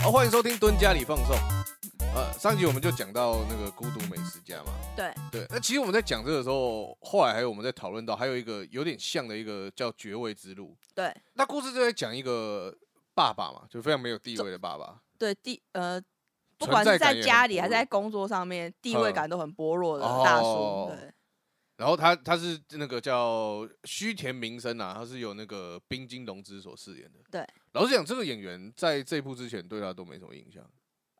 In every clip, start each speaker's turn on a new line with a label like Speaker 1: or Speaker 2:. Speaker 1: 好，欢迎收听《蹲家里放送》。呃，上集我们就讲到那个孤独美食家嘛，
Speaker 2: 对，
Speaker 1: 对。那其实我们在讲这个时候，后来还有我们在讨论到，还有一个有点像的一个叫《爵位之路》。
Speaker 2: 对
Speaker 1: 那故事就在讲一个爸爸嘛，就非常没有地位的爸爸，
Speaker 2: 对，地呃，不
Speaker 1: 存
Speaker 2: 管
Speaker 1: 在
Speaker 2: 是
Speaker 1: 感
Speaker 2: 在
Speaker 1: 也
Speaker 2: 家
Speaker 1: 很
Speaker 2: 里还
Speaker 1: 薄
Speaker 2: 是
Speaker 1: 弱
Speaker 2: 在工作上面，地位
Speaker 1: 嗯
Speaker 2: 感都很薄弱的大叔
Speaker 1: 哦。
Speaker 2: 对，
Speaker 1: 然后他他是那个叫须田明生啊，他是由那个冰晶龙之所饰演的。
Speaker 2: 对，
Speaker 1: 老实讲，这个演员在这部之前对他都没什么印象。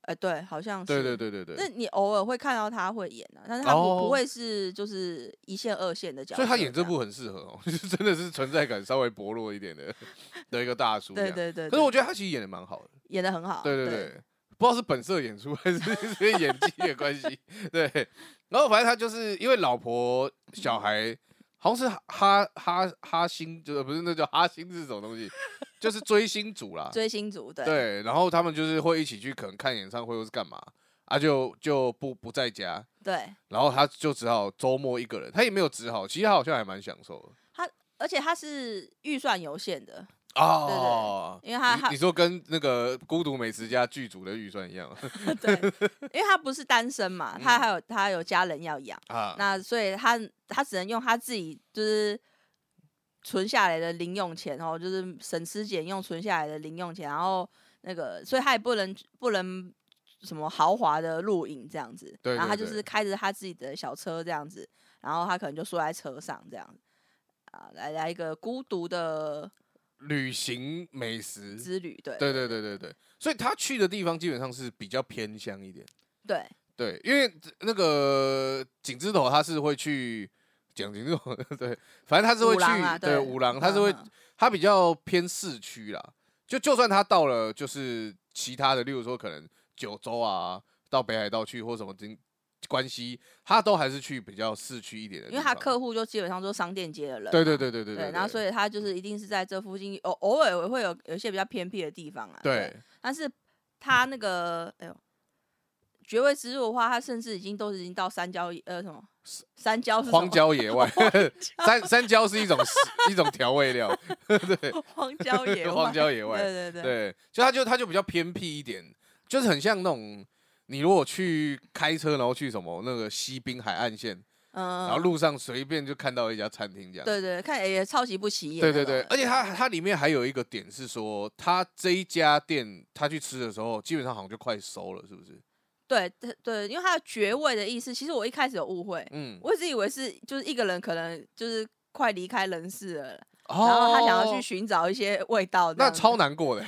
Speaker 2: 呃，对，好像是。
Speaker 1: 对对。对对对。
Speaker 2: 那你偶尔会看到他会演啊，但是他不、
Speaker 1: 哦
Speaker 2: 不会是就是一线二线的角色
Speaker 1: 所以
Speaker 2: 样。
Speaker 1: 他演这部很适合哦， 就是真的是存在感稍微薄弱一点的的一个大叔。
Speaker 2: 对，对对，
Speaker 1: 啊
Speaker 2: 啊
Speaker 1: 可是我觉得他其实演的蛮好的。
Speaker 2: 演的很好。
Speaker 1: 对对对，不知道是本色演出还是 是演技的关系。对，然后反正他就是因为老婆小孩。好像是哈哈哈星，就是不是那叫哈星是什么东西，就是追星族啦。
Speaker 2: 追星族对
Speaker 1: 啊对，然后他们就是会一起去可能看演唱会或是干嘛，啊就就不不在家，
Speaker 2: 对
Speaker 1: 然后他就只好周末一个人，他也没有只好，其实他好像还蛮享受的。
Speaker 2: 而且他是预算有限的，
Speaker 1: 哦，
Speaker 2: 因为他他
Speaker 1: 你你说跟那个《孤独美食家》剧组的预算一样
Speaker 2: 对，因为他不是单身嘛，
Speaker 1: 嗯
Speaker 2: 他还有他有家人要养。
Speaker 1: 啊？
Speaker 2: 那所以他他只能用他自己就是存下来的零用钱哦，就是省吃俭用存下来的零用钱，然后那个，所以他也不能不能什么豪华的露营这样子，
Speaker 1: 对
Speaker 2: 然后
Speaker 1: 对
Speaker 2: 他就
Speaker 1: 对
Speaker 2: 是开着他自己的小车这样子，然后他可能就坐在车上这样子。啊，来来一个孤独的
Speaker 1: 旅行美食，
Speaker 2: 之旅，对
Speaker 1: 嗯对对对对对，所以他去的地方基本上是比较偏乡一点。
Speaker 2: 对
Speaker 1: 对，因为那个景之头他是会去讲景之头， 对，反正他是会
Speaker 2: 五
Speaker 1: 去
Speaker 2: 郎啊
Speaker 1: 对
Speaker 2: 对
Speaker 1: 五郎，他是会
Speaker 2: 嗯嗯
Speaker 1: 他比较偏市区啦。就就算他到了就是其他的，例如说可能九州啊，到北海道去或什么经关西，他都还是去比较市区一点的地
Speaker 2: 因为
Speaker 1: 方，
Speaker 2: 他客户就基本上都是商店街的人，
Speaker 1: 嗯对对对对对
Speaker 2: 对，然后所
Speaker 1: 以
Speaker 2: 以他就是一定是在这附近，偶偶尔会有有一些比较偏僻的地方啊，
Speaker 1: 对
Speaker 2: 但是他那个哎呦，爵位之路的话，他甚至已经都已经到山郊呃什么山郊是什么
Speaker 1: 荒郊野外， 山山椒是一种食一种调味料，
Speaker 2: 荒郊野 外
Speaker 1: 荒郊野外，
Speaker 2: 对对对
Speaker 1: 对，就他就他就比较偏僻一点，就是很像那种你如果去开车，然后去什么那个西滨海岸线，然后
Speaker 2: 嗯，
Speaker 1: 路上随便就看到一家餐厅这样。
Speaker 2: 对对，看也超级不起眼
Speaker 1: 对
Speaker 2: 那
Speaker 1: 对
Speaker 2: 种的，
Speaker 1: 对，而且它它里面还有一个点是说，它这一家店他去吃的时候，基本上好像就快收了，是不是？
Speaker 2: 对对对，因为他的爵位的意思，其实我一开始有误会，
Speaker 1: 嗯，
Speaker 2: 我一直以为是就是一个人可能就是快离开人世了，
Speaker 1: 然
Speaker 2: 然后他想要去，寻找一些味道这
Speaker 1: 哦那
Speaker 2: 样子，
Speaker 1: 超难过的。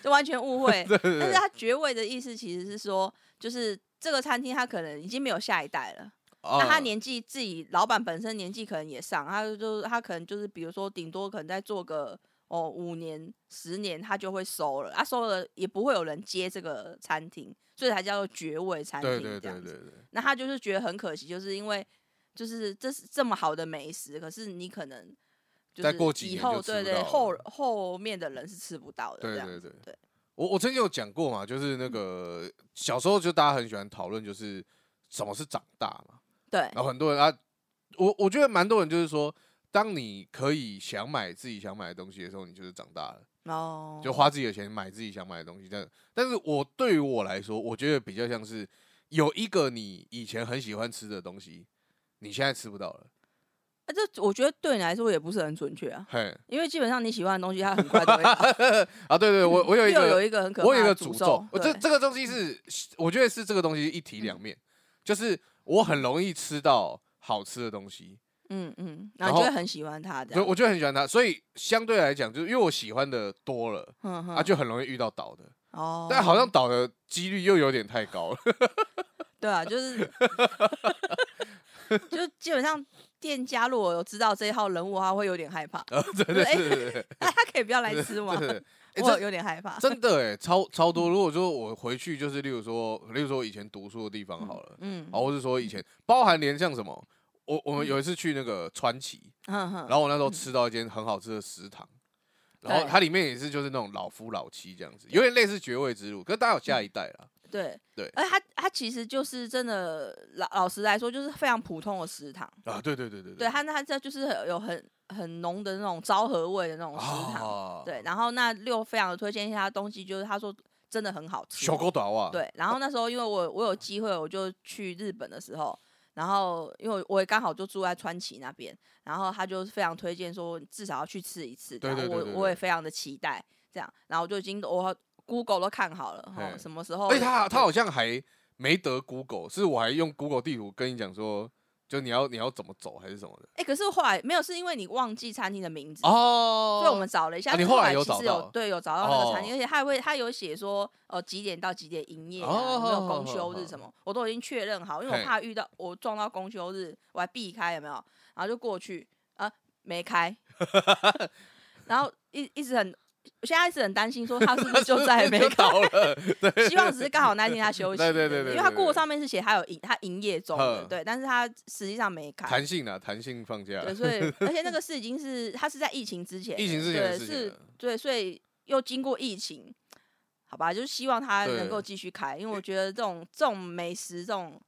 Speaker 2: 就完全误会，
Speaker 1: 对对
Speaker 2: 但是
Speaker 1: 对，
Speaker 2: 他爵位的意思其实是说，就是这个餐厅他可能已经没有下一代了。 那他
Speaker 1: 嗯
Speaker 2: 年纪自己老板本身年纪可能也上，他就他可能就是比如说顶多可能再做个哦五年十年，他就会收了，他、啊收了也不会有人接这个餐厅，所以才叫做爵位餐厅
Speaker 1: 对
Speaker 2: 这
Speaker 1: 对
Speaker 2: 样
Speaker 1: 对
Speaker 2: 子。
Speaker 1: 对对，
Speaker 2: 那他就是觉得很可惜，就是因为就是这是这么好的美食，可是你可能就
Speaker 1: 再
Speaker 2: 是
Speaker 1: 过几
Speaker 2: 以
Speaker 1: 年
Speaker 2: 后
Speaker 1: 就吃
Speaker 2: 对
Speaker 1: 不
Speaker 2: 对
Speaker 1: 到
Speaker 2: 后
Speaker 1: 了
Speaker 2: 后面的人是吃不到的
Speaker 1: 对
Speaker 2: 这样
Speaker 1: 对
Speaker 2: 子
Speaker 1: 对
Speaker 2: 对
Speaker 1: 我我曾经有讲过嘛，就是那个小时候就大家很喜欢讨论，就是什么是长大嘛。
Speaker 2: 对
Speaker 1: 然后很多人啊，我我觉得蛮多人就是说，当你可以想买自己想买的东西的时候，你就是长大了，
Speaker 2: 哦
Speaker 1: 就花自己的钱买自己想买的东西。但但是我对于我来说，我觉得比较像是有一个你以前很喜欢吃的东西，你现在吃不到了，
Speaker 2: 啊，这我觉得对你来说也不是很准确啊，
Speaker 1: 嘿
Speaker 2: 因为基本上你喜欢的东西，它很快就会到
Speaker 1: 啊，对对，我我有一
Speaker 2: 又有
Speaker 1: 个
Speaker 2: 一个很可怕
Speaker 1: 我有一个
Speaker 2: 的
Speaker 1: 诅
Speaker 2: 咒
Speaker 1: 咒，，我这
Speaker 2: 对嗯
Speaker 1: 这个东西是我觉得是这个东西一体两面，就是我很容易吃到好吃的东西，
Speaker 2: 嗯 嗯，
Speaker 1: 然
Speaker 2: 然后你
Speaker 1: 后
Speaker 2: 就会很喜欢他这
Speaker 1: 所以
Speaker 2: 样，
Speaker 1: 我就很喜欢它，所以相对来讲，就是因为我喜欢的多了，
Speaker 2: 嗯哼
Speaker 1: 啊，就很容易遇到倒的，
Speaker 2: 哦，
Speaker 1: 但好像倒的几率又有点太高了。
Speaker 2: 对啊，就是 就是基本上店家如果有知道这一号人物，他会有点害怕，
Speaker 1: 对对对对对
Speaker 2: 那他可以不要来 吃吗
Speaker 1: 呃对，？对哎
Speaker 2: 我
Speaker 1: 真
Speaker 2: 有点害 怕，
Speaker 1: 真的哎，超超
Speaker 2: 嗯
Speaker 1: 多。如果说我回去，就是例如说，例如说我以前读书的地方好了，
Speaker 2: 嗯，
Speaker 1: 啊，或是说以前包含连像什么，我我们有一次去那个川崎，
Speaker 2: 嗯哼，
Speaker 1: 然后我那时候吃到一间很好吃的食堂。然后
Speaker 2: 对
Speaker 1: 它里面也是就是那种老夫老妻这样子，有点类似爵位之路，可是大家有下一代啦。
Speaker 2: 对
Speaker 1: 对
Speaker 2: 而他他其实就是真的老老实来说，就是非常普通的食堂，
Speaker 1: 啊，对对对对
Speaker 2: 嗯对，他那他这就是有很很浓的那种昭和味的那种食堂，
Speaker 1: 啊，
Speaker 2: 对，然后那六非常的推荐一下他东西，就是他说真的很好吃
Speaker 1: 小。狗短袜，，
Speaker 2: 对，然后那时候因为我我有机会，我就去日本的时候，然后因为我也刚好就住在川崎那边，然后他就非常推荐说至少要去吃一次，
Speaker 1: 对
Speaker 2: 然后
Speaker 1: 对对对
Speaker 2: 我我
Speaker 1: 对
Speaker 2: 也非常的期待这样，然后我就已经我 Google 都看好了，
Speaker 1: 嘿
Speaker 2: 哈，什么时候？
Speaker 1: 而且他他好像还没得 Google，是我还用 Google 地图跟你讲说，就你要你要怎么走还是什么的
Speaker 2: 哎、可是后来没有，是因为你忘记餐厅的名字，
Speaker 1: 哦。
Speaker 2: 所以我们找了一下。
Speaker 1: 啊你
Speaker 2: 但是
Speaker 1: 后
Speaker 2: 后
Speaker 1: 来有
Speaker 2: 其
Speaker 1: 找
Speaker 2: 实
Speaker 1: 到
Speaker 2: 有对有找到那个餐厅，
Speaker 1: 哦
Speaker 2: 而且他还会他有写说呃几点到几点营业、啊，
Speaker 1: 哦
Speaker 2: 有没
Speaker 1: 好
Speaker 2: 有公
Speaker 1: 好
Speaker 2: 休
Speaker 1: 好
Speaker 2: 日什么，我都已经确认好，因为
Speaker 1: 嘿
Speaker 2: 我怕遇到我撞到公休日，我还避开有没有？然后就过去啊、没开， 然后一一直很。我现在一直很担心，说他 是不是就再也没
Speaker 1: 就
Speaker 2: 开？
Speaker 1: 倒了，对，
Speaker 2: 希望只是刚好那天他休息，
Speaker 1: 对对对对
Speaker 2: 因为他
Speaker 1: 对
Speaker 2: 过
Speaker 1: 对
Speaker 2: 上面是写他有营他营业中的
Speaker 1: 嗯，
Speaker 2: 对，但是他实际上没开。
Speaker 1: 弹性啊，弹性放假，
Speaker 2: 对，所以而且那个是已经是它是在疫情之前，
Speaker 1: 疫情之前的
Speaker 2: 对，
Speaker 1: 事情啊
Speaker 2: 是
Speaker 1: 了，
Speaker 2: 对，所以又经过疫情，好吧，就是希望它能够
Speaker 1: 对
Speaker 2: 继续开，因为我觉得这种这种美食这种。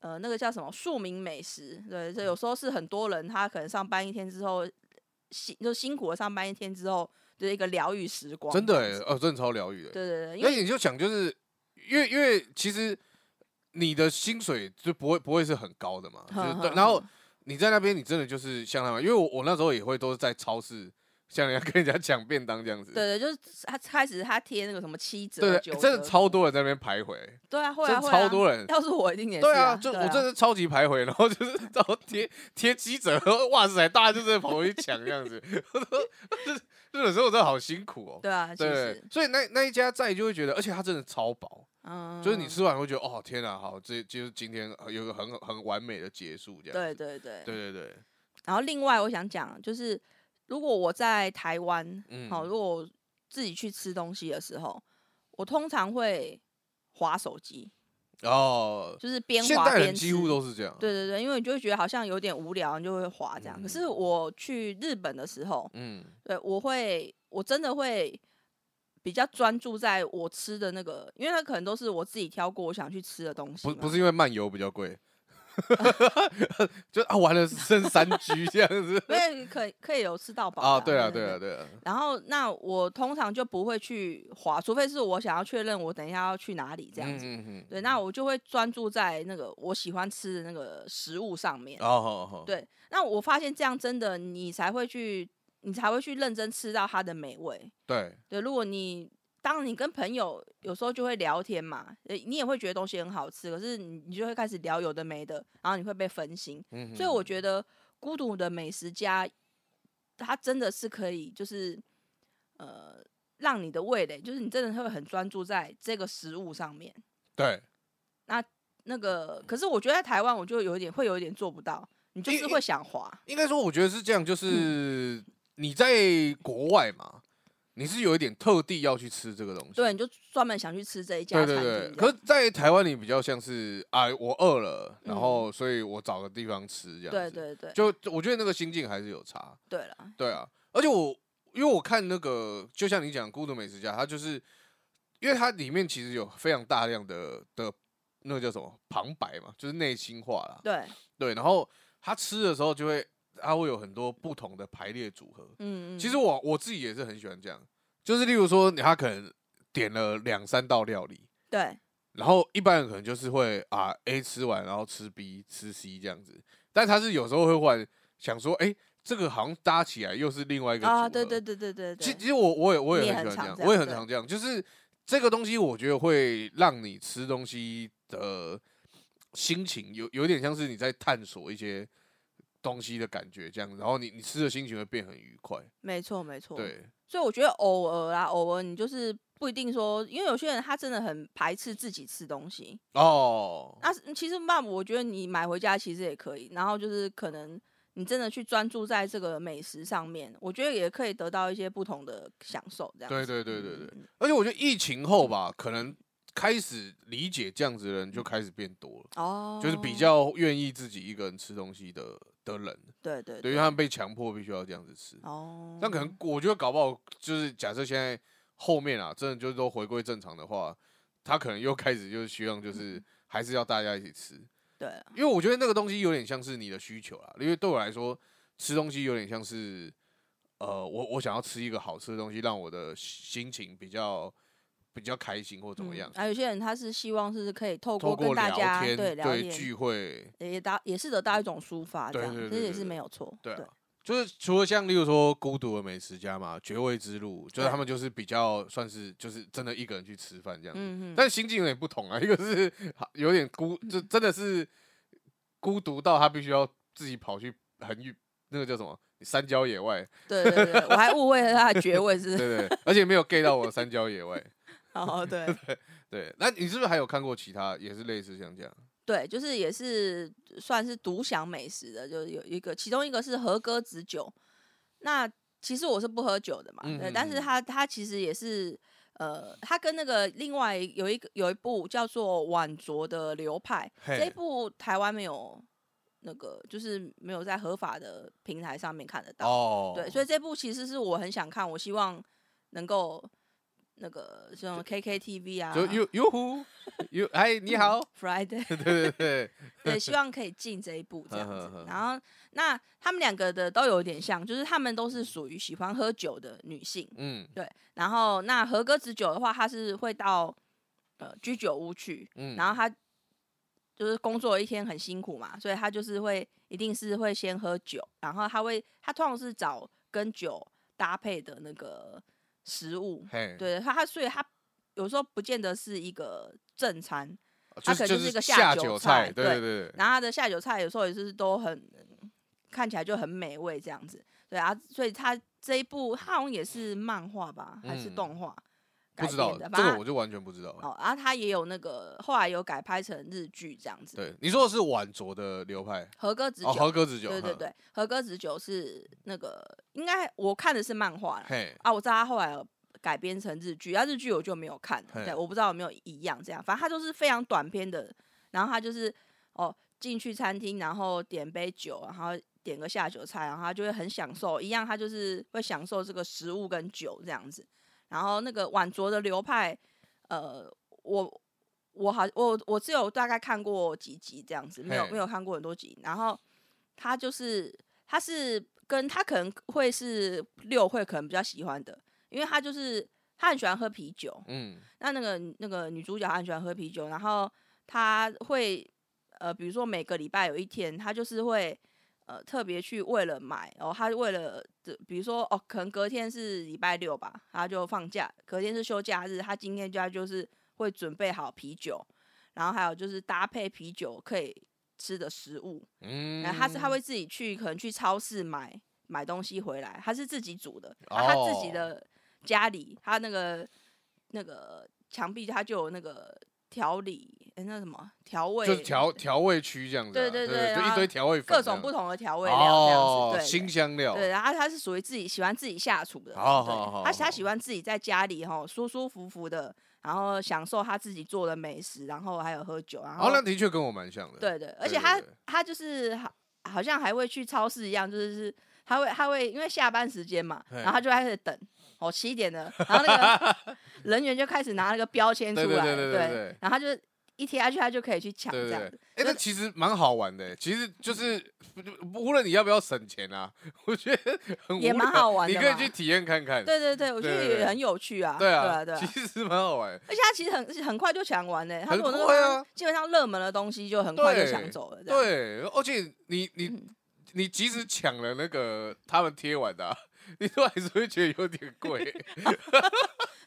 Speaker 2: 呃，那个叫什么庶民美食？对，这有时候是很多人他可能上班一天之后，辛就辛苦的上班一天之后的一个疗愈时光。
Speaker 1: 真的
Speaker 2: 这样
Speaker 1: 欸
Speaker 2: 子
Speaker 1: 哦，真的超疗愈的。
Speaker 2: 对对对，因
Speaker 1: 那
Speaker 2: 为
Speaker 1: 你就想，就是因为因为其实你的薪水就不会不会是很高的嘛，就
Speaker 2: 哼
Speaker 1: 是
Speaker 2: 哼
Speaker 1: 对
Speaker 2: 哼
Speaker 1: 然后你在那边，你真的就是像他们，因为我我那时候也会都是在超市，像人家 跟人家抢便当这样子，
Speaker 2: 对对，就是他开始他贴那个什么七折、
Speaker 1: 对，
Speaker 2: 九
Speaker 1: 真的
Speaker 2: 折
Speaker 1: 超多人在那边徘徊，
Speaker 2: 对啊，会
Speaker 1: 真
Speaker 2: 啊
Speaker 1: 的
Speaker 2: 会
Speaker 1: 超
Speaker 2: 啊。
Speaker 1: 多人。
Speaker 2: 要是我一定也是
Speaker 1: 对啊，就我
Speaker 2: 啊
Speaker 1: 真的超级徘徊，然后就是 然后贴贴七折， 哇塞，大家就是跑回去抢这样子。 我都就是 就有时候我真的好辛苦哦。
Speaker 2: 对啊，其
Speaker 1: 对
Speaker 2: 实，
Speaker 1: 所以那那一家在就会觉得，而且它真的超薄，
Speaker 2: 嗯，
Speaker 1: 就是你吃完会觉得哦天哪，好，这就是今天呃有一个很很完美的结束这样
Speaker 2: 对
Speaker 1: 子。
Speaker 2: 对对。
Speaker 1: 对对对，
Speaker 2: 然后另外我想讲，就是如果我在台湾，
Speaker 1: 嗯
Speaker 2: 好、如果我自己去吃东西的时候，我通常会划手机，
Speaker 1: 哦，
Speaker 2: 就是边
Speaker 1: 现
Speaker 2: 划
Speaker 1: 代
Speaker 2: 边
Speaker 1: 人
Speaker 2: 吃
Speaker 1: 几。乎都是这样。
Speaker 2: 对对对，因为你就会觉得好像有点无聊，你就会划这样。可是
Speaker 1: 嗯
Speaker 2: 我去日本的时候，
Speaker 1: 嗯，
Speaker 2: 对我会，我真的会比较专注在我吃的那个，因为它可能都是我自己挑过我想去吃的东西
Speaker 1: 不
Speaker 2: 嘛。
Speaker 1: 不是因为漫游比较贵， 就啊完了剩三 G 这样子。
Speaker 2: 因为可以可以有吃到饱
Speaker 1: 啊，
Speaker 2: 啦
Speaker 1: 对啊，
Speaker 2: 对
Speaker 1: 对啊，对啊，
Speaker 2: 然后那我通常就不会去滑，除非是我想要确认我等一下要去哪里这样
Speaker 1: 嗯
Speaker 2: 子。
Speaker 1: 嗯嗯，
Speaker 2: 对，那我就会专注在那个我喜欢吃的那个食物上面。
Speaker 1: 哦好好，
Speaker 2: 对，那我发现这样真的你才会去，你才会去认真吃到它的美味。
Speaker 1: 对
Speaker 2: 对，如果你当你跟朋友有时候就会聊天嘛，呃你也会觉得东西很好吃，可是你你就会开始聊有的没的，然后你会被分心。
Speaker 1: 嗯
Speaker 2: 所以
Speaker 1: 哼
Speaker 2: 我觉得《孤独的美食家》，它真的是可以，就是呃，让你的味蕾，就是你真的会很专注在这个食物上面。
Speaker 1: 对，
Speaker 2: 那个，可是我觉得在台湾，我就有一点会有一点做不到，你就
Speaker 1: 因
Speaker 2: 是
Speaker 1: 因
Speaker 2: 会想滑。
Speaker 1: 应该说，我觉得是这样，
Speaker 2: 嗯
Speaker 1: 就是你在国外嘛，你是有一点特地要去吃这个东西，
Speaker 2: 对，你就专门想去吃这一家
Speaker 1: 对对
Speaker 2: 餐厅这
Speaker 1: 对
Speaker 2: 样。，
Speaker 1: 可是，在台湾你比较像是啊，我饿了，然
Speaker 2: 嗯
Speaker 1: 后所以我找个地方吃这样
Speaker 2: 对
Speaker 1: 子。
Speaker 2: 对对，
Speaker 1: 就就我觉得那个心境还是有差。
Speaker 2: 对了，
Speaker 1: 对啊，而且我因为我看那个，就像你讲《孤独美食家》，它就是因为它里面其实有非常大量的的那个叫什么旁白嘛，就是内心话啦。
Speaker 2: 对，
Speaker 1: 对，然后他吃的时候就会，它会有很多不同的排列组合。
Speaker 2: 嗯嗯。
Speaker 1: 其实我我自己也是很喜欢这样，就是例如说，他可能点了两三道料理。
Speaker 2: 对
Speaker 1: 然后一般人可能就是会啊 A 吃完，然后吃 B 吃 C 这样子，但他是有时候会忽然想说，哎，这个好像搭起来又是另外一个组
Speaker 2: 啊，
Speaker 1: 合
Speaker 2: 对对。对对对
Speaker 1: 其其
Speaker 2: 对，
Speaker 1: 实我我也我
Speaker 2: 你
Speaker 1: 也
Speaker 2: 也
Speaker 1: 很
Speaker 2: 很
Speaker 1: 喜欢这
Speaker 2: 常
Speaker 1: 样，
Speaker 2: 这
Speaker 1: 我也
Speaker 2: 样
Speaker 1: 很
Speaker 2: 对
Speaker 1: 常这样，就是这个东西我觉得会让你吃东西的心情有有点像是你在探索一些东西的感觉这样，然后你你吃的心情会变很愉快，
Speaker 2: 没错没错。
Speaker 1: 对
Speaker 2: 所以我觉得偶尔啦，偶尔你就是不一定说，因为有些人他真的很排斥自己吃东西。
Speaker 1: 哦，
Speaker 2: 那、是其实那我觉得你买回家其实也可以，然后就是可能你真的去专注在这个美食上面，我觉得也可以得到一些不同的享受。这样
Speaker 1: 对对
Speaker 2: 子
Speaker 1: 对对对，
Speaker 2: 嗯
Speaker 1: 而且我觉得疫情后吧，可能开始理解这样子的人就开始变多了，
Speaker 2: 哦，
Speaker 1: 就是比较愿意自己一个人吃东西的的人，
Speaker 2: 对对
Speaker 1: 对于他们被强迫必须要这样子吃。
Speaker 2: 哦，
Speaker 1: 但可能我觉得搞不好就是假设现在后面啊，真的就是都回归正常的话，他可能又开始就是希望
Speaker 2: 嗯
Speaker 1: 就是还是要大家一起吃，
Speaker 2: 对啊
Speaker 1: 因为我觉得那个东西有点像是你的需求啦，因为对我来说，吃东西有点像是，呃，我我想要吃一个好吃的东西，让我的心情比较比较开心或怎么样
Speaker 2: 嗯。啊，有些人他是希望是可以透
Speaker 1: 透
Speaker 2: 过跟
Speaker 1: 过
Speaker 2: 大
Speaker 1: 聊
Speaker 2: 家
Speaker 1: 天、
Speaker 2: 对聊
Speaker 1: 对
Speaker 2: 天，
Speaker 1: 聚会，
Speaker 2: 也达也是得到一种抒发，这
Speaker 1: 对
Speaker 2: 样
Speaker 1: 对
Speaker 2: 这
Speaker 1: 对
Speaker 2: 也
Speaker 1: 对
Speaker 2: 是
Speaker 1: 对
Speaker 2: 没有错。
Speaker 1: 对啊就是除了像例如说孤独的美食家嘛，绝味之路，就是
Speaker 2: 对
Speaker 1: 他们就是比较算是就是真的一个人去吃饭这样子。
Speaker 2: 嗯嗯，
Speaker 1: 但心境有点不同啊，一个是好有点孤，就真的是孤独到他必须要自己跑去很远，那个叫什么山郊野外，
Speaker 2: 对对对，我还误会了他的 爵位
Speaker 1: 对
Speaker 2: 是，
Speaker 1: 对对，而且没有 get 到我的山郊野外。
Speaker 2: 哦对
Speaker 1: 对，那你是不是还有看过其他也是类似像这样？
Speaker 2: 对，就是也是算是独享美食的，就是有一个，其中一个是和歌子酒，那其实我是不喝酒的嘛，对，
Speaker 1: 嗯
Speaker 2: 但
Speaker 1: 嗯
Speaker 2: 是
Speaker 1: 嗯
Speaker 2: 他他其实也是。呃，他跟那个另外有一个有一部叫做《晚酌的流派》，这一
Speaker 1: 嘿，
Speaker 2: 部台湾没有那个，就是没有在合法的平台上面看得到。
Speaker 1: 哦，
Speaker 2: 对，所以这部其实是我很想看，我希望能够那个像 KKTV 啊，
Speaker 1: 就 you you who you 哎你好，
Speaker 2: Friday，
Speaker 1: 对对对，
Speaker 2: 对，希望可以进这一部这样
Speaker 1: 呵呵
Speaker 2: 子
Speaker 1: 呵。
Speaker 2: 然后那他们两个的都有点像，就是他们都是属于喜欢喝酒的女性。
Speaker 1: 嗯
Speaker 2: 对，然后那和歌子酒的话，他是会到呃居酒屋去，
Speaker 1: 嗯，
Speaker 2: 然后他就是工作一天很辛苦嘛，所以他就是会一定是会先喝酒，然后他会他通常是找跟酒搭配的那个食物，
Speaker 1: 嘿，
Speaker 2: 对他他所以他有时候不见得是一个正餐，
Speaker 1: 就
Speaker 2: 它可能就是是一个下
Speaker 1: 下
Speaker 2: 酒
Speaker 1: 酒
Speaker 2: 菜
Speaker 1: 对对
Speaker 2: 对
Speaker 1: 对，
Speaker 2: 然后他的下酒菜有时候也是都很看起来就很美味这样子，对啊，所以他这一部他好像也是漫画吧，还是
Speaker 1: 嗯
Speaker 2: 动画、
Speaker 1: 不
Speaker 2: 改
Speaker 1: 知道
Speaker 2: 编
Speaker 1: 这
Speaker 2: 的，反
Speaker 1: 个
Speaker 2: 正
Speaker 1: 我就完全不知道。
Speaker 2: 哦，然后他也有那个后来有改拍成日剧这样子，
Speaker 1: 对，你说的是晚酌的流派，
Speaker 2: 和歌子酒。
Speaker 1: 哦，和歌子酒，
Speaker 2: 对对
Speaker 1: 哼，
Speaker 2: 对，和歌子酒是那个应该我看的是漫画啦
Speaker 1: 嘿，
Speaker 2: 啊，我知道他后来有改编成日剧，啊日剧我就没有看了，
Speaker 1: 嘿
Speaker 2: 对，我不知道有没有一样这样，反正他就是非常短篇的，然后他就是哦进去餐厅，然后点杯酒，然后点个下酒菜，然后他就会很享受，一样他就是会享受这个食物跟酒这样子，然后那个晚酌的流派，呃，我。我好，我我只有大概看过几集这样子，没有
Speaker 1: 嘿
Speaker 2: 没有看过很多集。然后他就是他是跟他可能会是六会可能比较喜欢的，因为他就是他很喜欢喝啤酒。
Speaker 1: 嗯，
Speaker 2: 那那个那个女主角她很喜欢喝啤酒，然后她会呃，比如说每个礼拜有一天，她就是会呃特别去为了买，然后她为了这比如说哦，可能隔天是礼拜六吧，她就放假，隔天是休假日，她今天家就是会准备好啤酒，然后还有就是搭配啤酒可以吃的食物，
Speaker 1: 嗯，
Speaker 2: 然后他是他会自己去，可能去超市买买东西回来，他是自己煮的，然后他自己
Speaker 1: 哦
Speaker 2: 的家里，他那个那个墙壁他就有那个调理，诶那什么调味，
Speaker 1: 就是调调味区这样子啊，
Speaker 2: 对对对
Speaker 1: 对，就
Speaker 2: 然
Speaker 1: 一
Speaker 2: 后
Speaker 1: 堆调味粉这
Speaker 2: 各
Speaker 1: 样，
Speaker 2: 种不同的调味料这样子，
Speaker 1: 哦，
Speaker 2: 对对
Speaker 1: 新香料，
Speaker 2: 对，然后他是属于自己喜欢自己下厨的，
Speaker 1: 好
Speaker 2: 对
Speaker 1: 好好
Speaker 2: 他他
Speaker 1: 好
Speaker 2: 喜欢自己在家里哈舒舒服服的，然后享受他自己做的美食，然后还有喝酒，然
Speaker 1: 哦，
Speaker 2: 后
Speaker 1: 那的确跟我蛮像的，
Speaker 2: 对对，
Speaker 1: 对
Speaker 2: 而且
Speaker 1: 对
Speaker 2: 他
Speaker 1: 对
Speaker 2: 他就是好，好像还会去超市一样，就是他会他会因为下班时间嘛，
Speaker 1: 嘿
Speaker 2: 然后他就开始等，哦七点了，然后那个 人员就开始拿那个标签出
Speaker 1: 对
Speaker 2: 来，
Speaker 1: 对对对对对
Speaker 2: 然后他就一贴下去，他就可以去抢
Speaker 1: 对
Speaker 2: 这
Speaker 1: 对
Speaker 2: 样
Speaker 1: 对
Speaker 2: 子。，
Speaker 1: 哎，
Speaker 2: 就
Speaker 1: 那其实蛮好玩的，其实就是无论你要不要省钱啊，我觉得很
Speaker 2: 也
Speaker 1: 无
Speaker 2: 蛮
Speaker 1: 聊
Speaker 2: 好玩
Speaker 1: 你
Speaker 2: 的
Speaker 1: 可以
Speaker 2: 嘛
Speaker 1: 去体验看看，
Speaker 2: 对对对，我觉
Speaker 1: 对
Speaker 2: 得
Speaker 1: 对对
Speaker 2: 也很有趣啊，
Speaker 1: 对
Speaker 2: 啊，对
Speaker 1: 其实蛮好玩的，
Speaker 2: 而且他其实很很快就抢完欸嘞、他
Speaker 1: 很
Speaker 2: 说我那个
Speaker 1: 快
Speaker 2: 东西
Speaker 1: 啊
Speaker 2: 基本上热门的东西就很快就抢
Speaker 1: 对
Speaker 2: 走了，这样，
Speaker 1: 对，而且你你
Speaker 2: 嗯
Speaker 1: 你即使抢了那个他们贴完的啊， 你都还是会觉得有点 贵。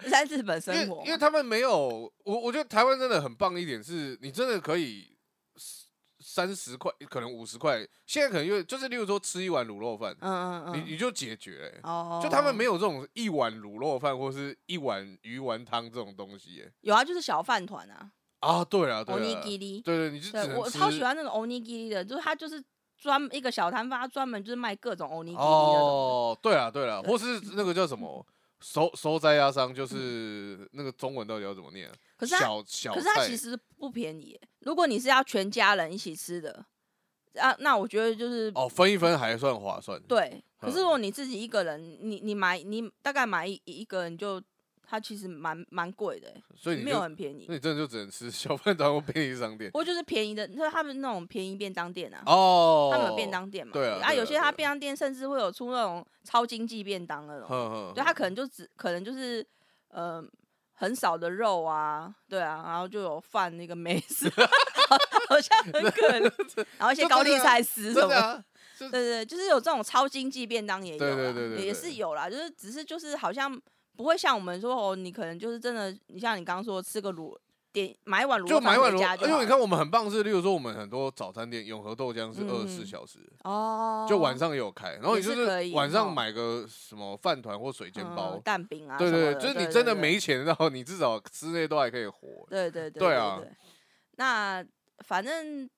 Speaker 2: 在日本
Speaker 1: 因为
Speaker 2: 生活
Speaker 1: 因为
Speaker 2: 嘛，
Speaker 1: 他们没有，我我觉得台湾真的很棒一点是，你真的可以三十块，可能五十块，现在可能因为就是例如说吃一碗卤肉饭，
Speaker 2: 嗯嗯
Speaker 1: 你
Speaker 2: 嗯，
Speaker 1: 你就解决、欸。
Speaker 2: 哦，
Speaker 1: 就他们没有这种一碗卤肉饭或是一碗鱼丸汤这种东西、欸，
Speaker 2: 有啊，就是小饭团啊，
Speaker 1: 啊，对啊，对
Speaker 2: 欧尼
Speaker 1: 啊，
Speaker 2: 基
Speaker 1: 对
Speaker 2: 里。
Speaker 1: 对，你就只
Speaker 2: 对
Speaker 1: 能
Speaker 2: 我
Speaker 1: 吃
Speaker 2: 超喜欢那个欧尼基的，就是他就是专一个小摊贩，他专门就是卖各种欧尼基的。
Speaker 1: 哦，对啊，对啊，
Speaker 2: 对嗯
Speaker 1: 或是那个叫什 么收收摘压商，就是那个中文到底要怎么念啊？
Speaker 2: 可是它
Speaker 1: 小小
Speaker 2: 可是它
Speaker 1: 菜
Speaker 2: 其实不便宜耶，如果你是要全家人一起吃的，啊，那我觉得就是、
Speaker 1: 哦，分一分还算划算。
Speaker 2: 对。可是
Speaker 1: 嗯
Speaker 2: 如果你自己一个人，你你买你大概买一一个人就，它其实蛮蛮贵的耶，欸
Speaker 1: 所以你
Speaker 2: 没
Speaker 1: 就
Speaker 2: 有很便宜
Speaker 1: 那。你真的就只能吃小饭团或便利商店
Speaker 2: 不过就是便宜的，就是他们那种便宜便当店啊，
Speaker 1: 哦。
Speaker 2: 他们有便，当店嘛。
Speaker 1: 对啊对啊
Speaker 2: 有些
Speaker 1: 对啊
Speaker 2: 他便当店甚至会有出那种超经济便当那种。
Speaker 1: 哼哼，
Speaker 2: 对他可能就只可能就是呃很少的肉啊，对啊，然后就有饭那个梅子， 好像很可 怜，然后一些
Speaker 1: 这
Speaker 2: 高
Speaker 1: 真
Speaker 2: 丽
Speaker 1: 的啊
Speaker 2: 菜丝
Speaker 1: 真
Speaker 2: 什么
Speaker 1: 的
Speaker 2: 的。
Speaker 1: 啊，就
Speaker 2: 对对，就是有这种超经济便当也有
Speaker 1: 对
Speaker 2: 啦，
Speaker 1: 对对对
Speaker 2: 也
Speaker 1: 对
Speaker 2: 是有啦，就是只是就是好像不会像我们说哦，你可能就是真的，你像你刚刚说吃个卤点买一碗卤肉
Speaker 1: 就买
Speaker 2: 饭
Speaker 1: 一碗
Speaker 2: 回
Speaker 1: 卤
Speaker 2: 家就
Speaker 1: 肉，因
Speaker 2: 好
Speaker 1: 为你
Speaker 2: 了
Speaker 1: 看我们很棒是，例如说我们很多早餐店永和豆浆是二十四
Speaker 2: 嗯
Speaker 1: 小时的，
Speaker 2: 哦，
Speaker 1: 就晚上也有开，然后
Speaker 2: 也
Speaker 1: 你就是
Speaker 2: 可
Speaker 1: 是
Speaker 2: 以
Speaker 1: 晚上
Speaker 2: 哦
Speaker 1: 买个什么饭团或水煎
Speaker 2: 嗯
Speaker 1: 包，
Speaker 2: 蛋饼啊
Speaker 1: 对
Speaker 2: 什么
Speaker 1: 对
Speaker 2: 的，
Speaker 1: 对，就是
Speaker 2: 对
Speaker 1: 你真的
Speaker 2: 对
Speaker 1: 没钱，然后你至少吃那些都还可以活。
Speaker 2: 对对对
Speaker 1: 对啊
Speaker 2: 对那反正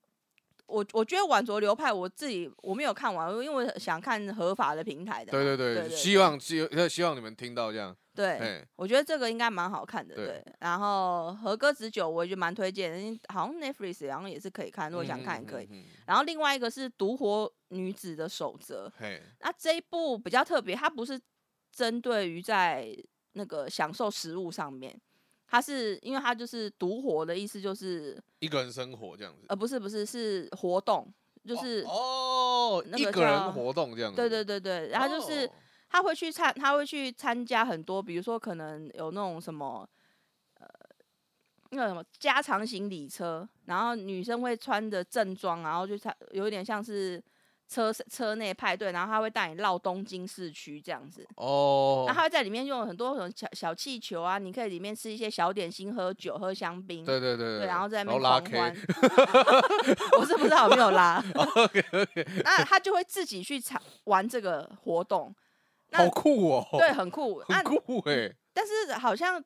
Speaker 2: 我我觉得晚酌流派我自己我没有看完，因为我想看合法的平台的嘛。啊
Speaker 1: 对对
Speaker 2: 对
Speaker 1: 对，
Speaker 2: 对
Speaker 1: 希望希呃希望你们听到这样，
Speaker 2: 对
Speaker 1: 哎，
Speaker 2: 我觉得这个应该蛮好看的。
Speaker 1: 对
Speaker 2: 对，然后和歌子酒我也就蛮推荐的，因为好像 Netflix 然后也是可以看，如果想看也可以。
Speaker 1: 嗯，嗯嗯嗯
Speaker 2: 然后另外一个是《独活女子的守则》，
Speaker 1: 嘿，
Speaker 2: 那这一部比较特别，它不是针对于在那个享受食物上面，它是因为它就是独活的意思，就是
Speaker 1: 一个人生活这样子，
Speaker 2: 呃，不是不是，是活动，就是、
Speaker 1: 哦，
Speaker 2: 那
Speaker 1: 一
Speaker 2: 个
Speaker 1: 个人
Speaker 2: 叫
Speaker 1: 活动这样子，
Speaker 2: 对对对对，然后就是、
Speaker 1: 哦
Speaker 2: 他会去参，他会去参加很多，比如说可能有那种什么，呃，那个什么加长型礼车，然后女生会穿着正装，然后就参，有一点像是车车内派对，然后他会带你绕东京市区这样子。
Speaker 1: 哦
Speaker 2: 那，他会在里面用很多种小小气球啊，你可以里面吃一些小点心、喝酒、喝香槟，
Speaker 1: 对对对
Speaker 2: 对，然后在那边
Speaker 1: 拉
Speaker 2: 狂
Speaker 1: K，
Speaker 2: 欢。 我是不知道有没有拉。那他就会自己去参玩这个活动，那
Speaker 1: 好酷哦，
Speaker 2: 对，，啊嗯很酷。那
Speaker 1: 很酷哎，
Speaker 2: 但是好像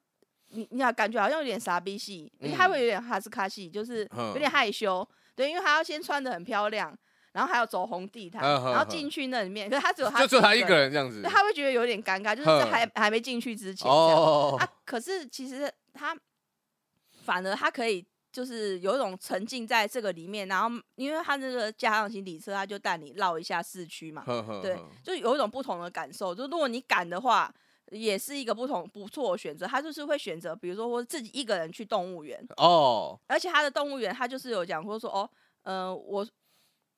Speaker 2: 你你要感觉好像有点傻逼戏，因为他
Speaker 1: 嗯
Speaker 2: 会有点哈斯卡戏，就是
Speaker 1: 嗯
Speaker 2: 有点害羞。对，因为他要先穿的很漂亮，然后还要走红地毯，
Speaker 1: 嗯哼
Speaker 2: 然后
Speaker 1: 哼
Speaker 2: 进去那里面，可是他只有他
Speaker 1: 就只有他一个
Speaker 2: 人，
Speaker 1: 人这样子
Speaker 2: 对，他会觉得有点尴尬，就是在
Speaker 1: 哼
Speaker 2: 还还没进去之前这样。
Speaker 1: 哦，
Speaker 2: 啊，可是其实他反而他可以就是有一种沉浸在这个里面，然后因为他那个加上行李车，他就带你绕一下市区嘛，
Speaker 1: 呵呵
Speaker 2: 对
Speaker 1: 呵，
Speaker 2: 就有一种不同的感受。就如果你敢的话，也是一个不同不错的选择。他就是会选择，比如说我自己一个人去动物 园，
Speaker 1: 哦，
Speaker 2: 而且他的动物园他就是有讲说说哦，呃，我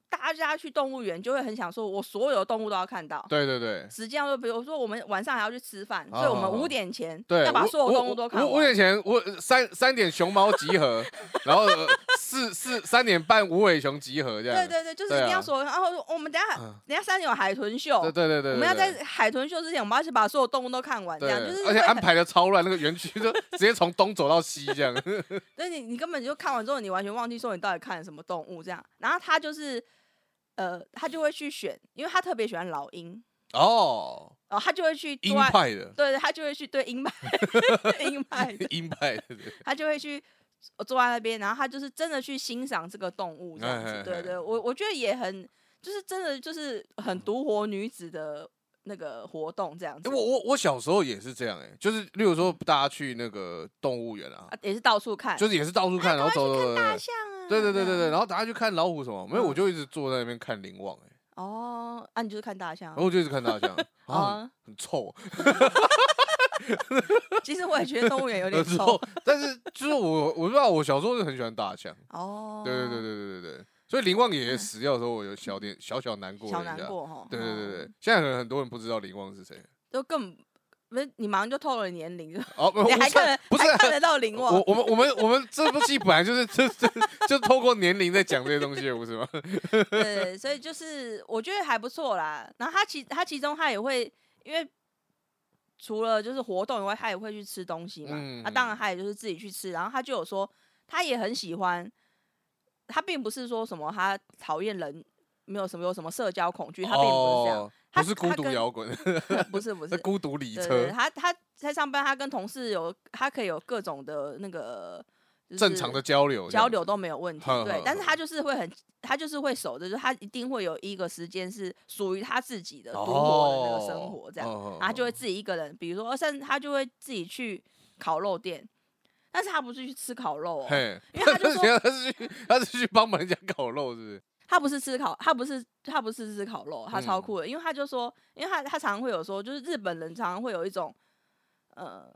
Speaker 2: 大家去动物园就会很想说，我所有的动物都要看到。
Speaker 1: 对对对。
Speaker 2: 时间要就比如说我们晚上还要去吃饭，所以我们
Speaker 1: 哦哦哦
Speaker 2: 五点前
Speaker 1: 对，
Speaker 2: 要把
Speaker 1: 我
Speaker 2: 所有
Speaker 1: 我
Speaker 2: 动物都看
Speaker 1: 我
Speaker 2: 完。
Speaker 1: 五点前，我三三点熊猫集合，然后呃四四三点半无尾熊集合，这样
Speaker 2: 对。对对，就是
Speaker 1: 对
Speaker 2: 一定要
Speaker 1: 啊
Speaker 2: 说，然后说我们等一下还
Speaker 1: 嗯
Speaker 2: 等一下三点有海豚秀，
Speaker 1: 对对对对，
Speaker 2: 我们要
Speaker 1: 对对
Speaker 2: 在海豚秀之前，我们要去把所有动物都看完，这
Speaker 1: 对，
Speaker 2: 样就是
Speaker 1: 而且
Speaker 2: 会
Speaker 1: 安
Speaker 2: 很，
Speaker 1: 排的超乱，那个园区就 直接从东走到西这样。
Speaker 2: 对你你根本就看完之后，你完全忘记说你到底看了什么动物这样。然后他就是呃，他就会去选，因为他特别喜欢老鹰，
Speaker 1: 哦，
Speaker 2: 哦，他就会去
Speaker 1: 鹰
Speaker 2: 坐在
Speaker 1: 派的，
Speaker 2: 对对，他就会去对鹰派 鹰 派的，
Speaker 1: 鹰派的， 对
Speaker 2: 他就会去。坐在那边，然后他就是真的去欣赏这个动物，这样子。
Speaker 1: 哎哎
Speaker 2: 对
Speaker 1: 哎
Speaker 2: 对，我我觉得也很，就是真的就是很独活女子的那个活动这样子。
Speaker 1: 我我我小时候也是这样哎、就是例如说大家去那个动物园啊，
Speaker 2: 啊，也是到处看，
Speaker 1: 就是也是到处看，然后走走走走
Speaker 2: 大
Speaker 1: 走，
Speaker 2: 象啊。
Speaker 1: 对对对
Speaker 2: 这
Speaker 1: 对对，
Speaker 2: 样。
Speaker 1: 然后大家去看老虎什么，没有，
Speaker 2: 嗯
Speaker 1: 我就一直坐在那边看灵王哎、
Speaker 2: 哦，啊，你就是看大象
Speaker 1: 然后。我就一直看大象， 然后很
Speaker 2: 啊，
Speaker 1: 很臭，
Speaker 2: 其实我也觉得动物园 有点
Speaker 1: 很
Speaker 2: 臭
Speaker 1: 臭。，但是就是我我不知道，我小时候就很喜欢大象，
Speaker 2: 哦，
Speaker 1: 对对对
Speaker 2: 对，
Speaker 1: 对对对对，所以灵王爷爷死掉的时候，我有小点小小难过了
Speaker 2: 小
Speaker 1: 一下
Speaker 2: 难。过哈。
Speaker 1: 对对对对
Speaker 2: 哦，，
Speaker 1: 现在可能很多人不知道灵王是谁。
Speaker 2: 就更不是你马上就透露你年龄，你
Speaker 1: 哦，不 我
Speaker 2: 还
Speaker 1: 是
Speaker 2: 看得
Speaker 1: 不是
Speaker 2: 还看得到林
Speaker 1: 我
Speaker 2: 旺？
Speaker 1: 我们我们我们这部戏本来就是就就就透过年龄在讲这些东西，不是 吗？
Speaker 2: 对，所以就是我觉得还不错啦。然后他其他其中他也会因为。除了就是活动以外，他也会去吃东西嘛。
Speaker 1: 嗯
Speaker 2: 啊、当然他也就是自己去吃。然后他就有说，他也很喜欢，他并不是说什么他讨厌人，没有什么有什么社交恐惧，他并不是这样。
Speaker 1: 哦
Speaker 2: 他
Speaker 1: 不是孤
Speaker 2: 他
Speaker 1: 独
Speaker 2: 跟
Speaker 1: 摇滚，
Speaker 2: 不是不
Speaker 1: 是
Speaker 2: 是，
Speaker 1: 孤独里
Speaker 2: 对对，
Speaker 1: 哦车，
Speaker 2: 他他在上班，他跟同事有，他可以有各种的那个、就是
Speaker 1: 正常的交流这样
Speaker 2: 交
Speaker 1: 子
Speaker 2: 流都没有问题，
Speaker 1: 哼
Speaker 2: 对
Speaker 1: 哼。
Speaker 2: 但是
Speaker 1: 哼
Speaker 2: 他就是会很，他就是会守着，就是他一定会有一个时间是属于他自己的独活的那个生活，这样，
Speaker 1: 哦
Speaker 2: 然后他就会自己一个人，比如说，甚至他就会自己去烤肉店，但是他不是去吃烤肉、哦，
Speaker 1: 嘿，
Speaker 2: 因为他 就
Speaker 1: 等
Speaker 2: 说
Speaker 1: 一下他是去他是去帮忙人家烤肉，是不是？
Speaker 2: 他不是吃烤，他不是他不是吃烤肉，他超
Speaker 1: 嗯
Speaker 2: 酷的，因为他就说，因为他他常常会有说，就是日本人常常会有一种呃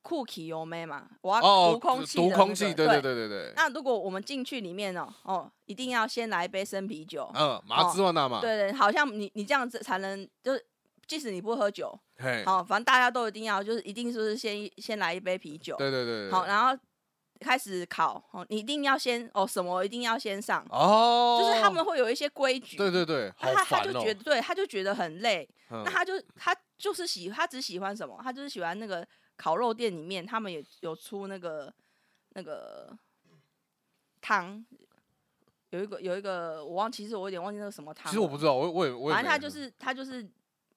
Speaker 2: 酷奇油妹嘛，我要
Speaker 1: 哦
Speaker 2: 啊读，空气、
Speaker 1: 读空气，
Speaker 2: 对
Speaker 1: 对对对对对，
Speaker 2: 那如果我们进去里面哦，哦，一定要先来一杯生啤酒，
Speaker 1: 嗯，麻
Speaker 2: 哦
Speaker 1: 芝麻那嘛，
Speaker 2: 对对，好像你你这样子才能就是。即使你不喝酒，
Speaker 1: 嘿，
Speaker 2: 好，反正大家都一定要，就是一定就是先一先来一杯啤酒，
Speaker 1: 对对对，对
Speaker 2: 好，，然后开始烤，哦，你一定要先哦，什么一定要先上，
Speaker 1: 哦，
Speaker 2: 就是他们会有一些规矩，
Speaker 1: 对对对，好
Speaker 2: 那他他
Speaker 1: 烦
Speaker 2: 就
Speaker 1: 哦
Speaker 2: 觉，得对，他就觉得很累，
Speaker 1: 嗯
Speaker 2: 那他就他就是喜他只喜欢什么，他就是喜欢那个烤肉店里面他们也有出那个那个汤，有一个有一个我忘，其实我有点忘记那个什么汤了，
Speaker 1: 其实我不知道，我我也我也
Speaker 2: 反
Speaker 1: 没，
Speaker 2: 正他就是他就是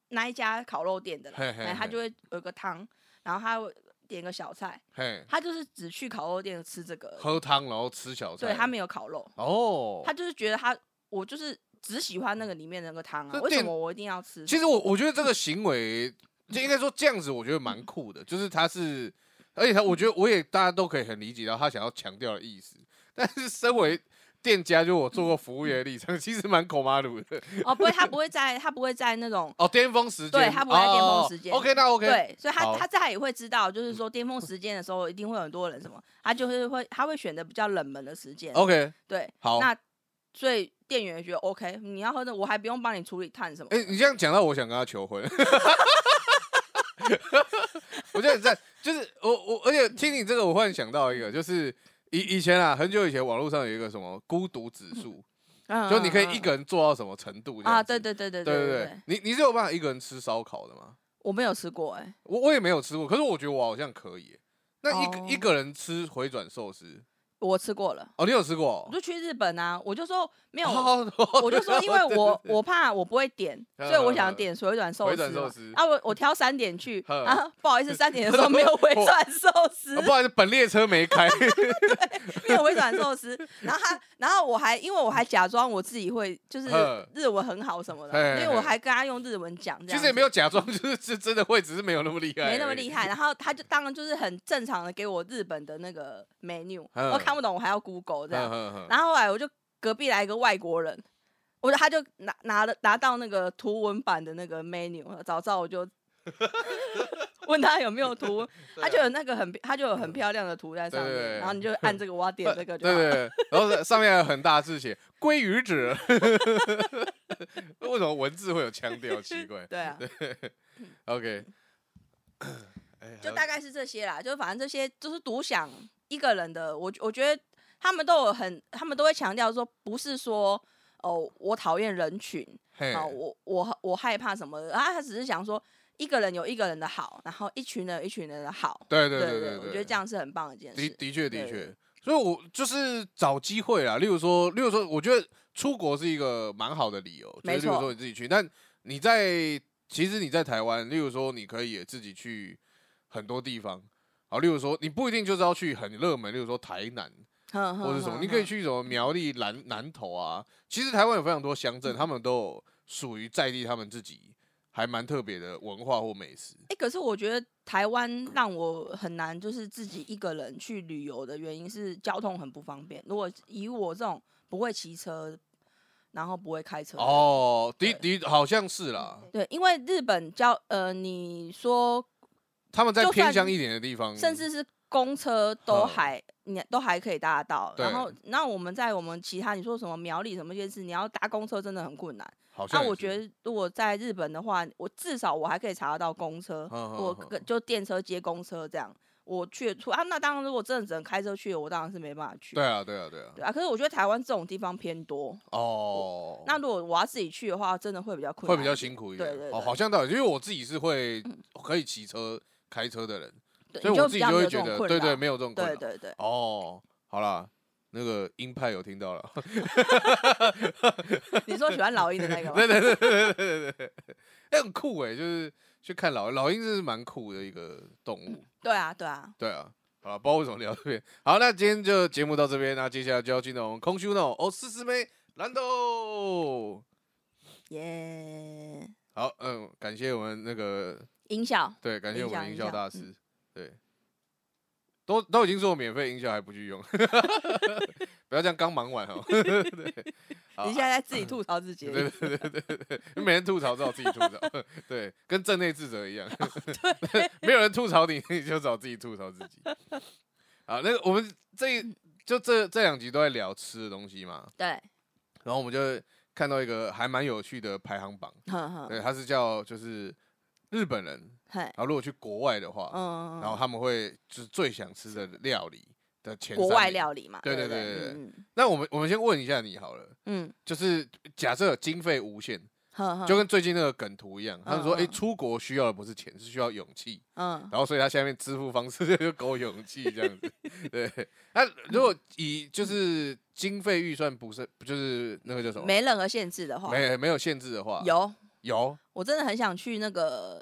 Speaker 2: 那一家烤肉店的啦，
Speaker 1: 嘿嘿
Speaker 2: 反正他
Speaker 1: 嘿
Speaker 2: 就会有一个汤，然后他会点个小菜，
Speaker 1: 嘿
Speaker 2: 他就是只去烤肉店吃这个而已，
Speaker 1: 喝汤然后吃小菜，
Speaker 2: 对他没有烤肉，
Speaker 1: 哦，
Speaker 2: 他就是觉得他我就是只喜欢那个里面的那个汤啊
Speaker 1: 这，
Speaker 2: 为什
Speaker 1: 店
Speaker 2: 么我一定要吃？
Speaker 1: 其实我我觉得这个行为，就应该说这样子，我觉得蛮
Speaker 2: 嗯
Speaker 1: 酷的，就是他是，而且他我觉得我也大家都可以很理解到他想要强调的意思，但是身为。店家就我
Speaker 2: 嗯
Speaker 1: 做过服务业的立场，其实蛮口马鲁的
Speaker 2: 哦，不会，他不会在他不会在那种
Speaker 1: 哦。巅峰时间，
Speaker 2: 对他不在巅峰时间
Speaker 1: 哦 OK，那 OK，
Speaker 2: 对，所以他
Speaker 1: 好嗯
Speaker 2: 他他也会知道，就是说巅峰时间的时候，一定会有很多人什么，他就是会他会选择比较冷门的时间。
Speaker 1: OK，
Speaker 2: 对，
Speaker 1: 好。
Speaker 2: 那所以店员也觉得 OK，你要喝的我还不用帮你处理碳什么的。
Speaker 1: 哎、你这样讲到，我想跟他求婚。 我觉得很赞，就是我我，而且听你这个，我忽然想到一个，就是以以前啊，很久以前网络上有一个什么孤独指数，
Speaker 2: 嗯
Speaker 1: 就你可以一
Speaker 2: 嗯
Speaker 1: 个人做到什么程度这样
Speaker 2: 啊，
Speaker 1: 子
Speaker 2: 对对对对
Speaker 1: 对
Speaker 2: 对
Speaker 1: 对
Speaker 2: 对，
Speaker 1: 你你是有办法一个人吃烧烤的吗？
Speaker 2: 我没有吃过哎、
Speaker 1: 我我也没有吃过，可是我觉得我好像可以耶。那一个、一
Speaker 2: 哦
Speaker 1: 个人吃回转寿司，
Speaker 2: 我吃过了，
Speaker 1: 哦，你有吃过哦？
Speaker 2: 我就去日本啊，我就说没有。
Speaker 1: 哦，
Speaker 2: 我就说，因为我我怕我不会点，所以我想
Speaker 1: 嗯
Speaker 2: 点回转寿
Speaker 1: 回
Speaker 2: 司嘛。
Speaker 1: 转寿司
Speaker 2: 啊，我我挑三点去
Speaker 1: 嗯
Speaker 2: 啊，不好意思，三点的时候没有回
Speaker 1: 我
Speaker 2: 转寿司
Speaker 1: 哦。不好意思，本列车没 开。
Speaker 2: 没有回转寿司，然后他，然后我还因为我还假装我自己会就是
Speaker 1: 呵
Speaker 2: 日文很好什么
Speaker 1: 嘿嘿
Speaker 2: 的，因为我还跟他用日文讲，这
Speaker 1: 其
Speaker 2: 样
Speaker 1: 实也没
Speaker 2: 子
Speaker 1: 有假装，就是是真的会，只是没有那么厉害，
Speaker 2: 没那么厉。害。然后他就当然就是很正常的给我日本的那个 menu，
Speaker 1: 嗯
Speaker 2: 我看不懂我还要 Google 这
Speaker 1: 嗯
Speaker 2: 样。
Speaker 1: 哼哼
Speaker 2: 然后后来我就隔壁来一个外国人，我就他就拿拿了拿到那个图文版的那个 menu，早知道 我就问他有没有图文，他就有那个很他就有很漂亮的图在上
Speaker 1: 啊嗯对对
Speaker 2: 面，
Speaker 1: 对
Speaker 2: 然后你就按这个我要点这个就
Speaker 1: 对
Speaker 2: 好。
Speaker 1: 对对，然后上面还有很大字写 “鲑鱼纸”，为什么文字会有腔调？奇怪。
Speaker 2: 对啊。
Speaker 1: OK，哎还
Speaker 2: 就
Speaker 1: 有
Speaker 2: 大概是这些啦，就反正这些就是独享一个人的。我我觉得他们都有很，他们都会强调说，不是说哦，我讨厌人群
Speaker 1: 嘿
Speaker 2: 啊、我我我害怕什么的啊，他只是想说一个人有一个人的好，然后一群人有一群人的好。
Speaker 1: 对
Speaker 2: 对
Speaker 1: 对对
Speaker 2: 我觉得这样是很棒的一件
Speaker 1: 的
Speaker 2: 事。
Speaker 1: 的确的
Speaker 2: 对
Speaker 1: 确，所以我就是找机会啊。例如说，例如说，我觉得出国是一个蛮好的理由，就
Speaker 2: 没
Speaker 1: 是例如
Speaker 2: 错
Speaker 1: 说你自己去，但你在其实你在台湾，例如说你可以也自己去很多地方。好，例如说，你不一定就是要去很热门，例如说台南
Speaker 2: 哼
Speaker 1: 或者什么，你可以，
Speaker 2: 嗯
Speaker 1: 去什么苗栗南南投啊。其实台湾有非常多乡
Speaker 2: 嗯
Speaker 1: 镇，他们都有属于在地他们自己还蛮特别的文化或美食。
Speaker 2: 哎、诶可是我觉得台湾让我很难，就是自己一个人去旅游的原因是交通很不方便。如果以我这种不会骑车，然后不会开车的人
Speaker 1: 哦，的
Speaker 2: 对嗯
Speaker 1: 的好像是啦，
Speaker 2: 对，因为日本交呃，你说
Speaker 1: 他们在
Speaker 2: 就
Speaker 1: 偏
Speaker 2: 算
Speaker 1: 乡一点的地方，
Speaker 2: 甚至是公车都
Speaker 1: 嗯
Speaker 2: 还你都还可以搭得到，然
Speaker 1: 对
Speaker 2: 后那我们在我们其他你说什么苗栗什么一些事，你要搭公车真的很困难。
Speaker 1: 好
Speaker 2: 那
Speaker 1: 像也
Speaker 2: 啊我
Speaker 1: 是
Speaker 2: 觉得如果在日本的话，我至少我还可以查得到公车，
Speaker 1: 嗯嗯
Speaker 2: 我
Speaker 1: 嗯
Speaker 2: 跟就电车接公车这样，我去得出啊。那当然，如果真的只能开车去，我当然是没办法去。
Speaker 1: 对啊，对啊，对啊。
Speaker 2: 对啊，可是我觉得台湾这种地方偏多，
Speaker 1: 哦，
Speaker 2: 那如果我要自己去的话，真的会比较困
Speaker 1: 会
Speaker 2: 难，
Speaker 1: 比较辛苦一点。
Speaker 2: 对对
Speaker 1: 哦，
Speaker 2: 对嗯
Speaker 1: 好像倒也是，因为我自己是会可以骑车、开车的人，
Speaker 2: 对，
Speaker 1: 所以
Speaker 2: 你
Speaker 1: 我
Speaker 2: 就
Speaker 1: 自己
Speaker 2: 比
Speaker 1: 就
Speaker 2: 较没
Speaker 1: 会
Speaker 2: 有这
Speaker 1: 觉
Speaker 2: 种
Speaker 1: 得，
Speaker 2: 困
Speaker 1: 对对，
Speaker 2: 扰
Speaker 1: 没有这种困
Speaker 2: 对
Speaker 1: 扰。
Speaker 2: 对对。
Speaker 1: 哦，好啦，那个鹰派有听到了，
Speaker 2: 你说喜欢老鹰的 那个吗？
Speaker 1: 对对对对对对对，哎很酷哎，就是去看老老鹰，是蛮酷的一个动物。
Speaker 2: 对啊，对啊，
Speaker 1: 对啊，好了，不知道为什么聊到这边。好，那今天就节目到这边，那接下来就要进入我们空虚那种哦，四四妹兰豆。
Speaker 2: 耶！
Speaker 1: 好，嗯，感谢我们那个
Speaker 2: 音效，
Speaker 1: 对，感谢
Speaker 2: 音
Speaker 1: 我们
Speaker 2: 效
Speaker 1: 营
Speaker 2: 音
Speaker 1: 销
Speaker 2: 效
Speaker 1: 大
Speaker 2: 嗯
Speaker 1: 师。对，都都已经说我免费营销还不去用， 不要这样刚忙完哦。 对，好
Speaker 2: 你现在在自己吐槽自己而已，
Speaker 1: 啊嗯对对对对对，因为没人吐槽，只好自己吐槽。对，跟镇内智者一样，
Speaker 2: 哦
Speaker 1: 对， 没有人吐槽你，你就找自己吐槽自己。好，那个我们这一就这这两集都在聊吃的东西嘛，
Speaker 2: 对，
Speaker 1: 然后我们就看到一个还蛮有趣的排行榜，
Speaker 2: 哼哼，
Speaker 1: 对，它是叫就是日本人，
Speaker 2: 嘿，
Speaker 1: 然后如果去国外的话，
Speaker 2: 嗯，嗯
Speaker 1: 然后他们会就是最想吃的料理的前
Speaker 2: 国
Speaker 1: 三
Speaker 2: 外
Speaker 1: 名。
Speaker 2: 料理嘛，
Speaker 1: 对
Speaker 2: 对
Speaker 1: 对对对
Speaker 2: 对
Speaker 1: 对
Speaker 2: 嗯
Speaker 1: 那我们我们先问一下你好了，
Speaker 2: 嗯，
Speaker 1: 就是假设经费无限，
Speaker 2: 哼哼，
Speaker 1: 就跟最近那个梗图一样，他们说，
Speaker 2: 嗯
Speaker 1: 哎、
Speaker 2: 嗯
Speaker 1: 出国需要的不是钱，是需要勇气。
Speaker 2: 嗯
Speaker 1: 然后所以他下面支付方式就狗勇气这 样子。对，那如果以就是经费预算不是就是那个叫什么？
Speaker 2: 没任何限制的话，
Speaker 1: 没没有啊限制的话，
Speaker 2: 有，
Speaker 1: 有
Speaker 2: 我真的很想去那个，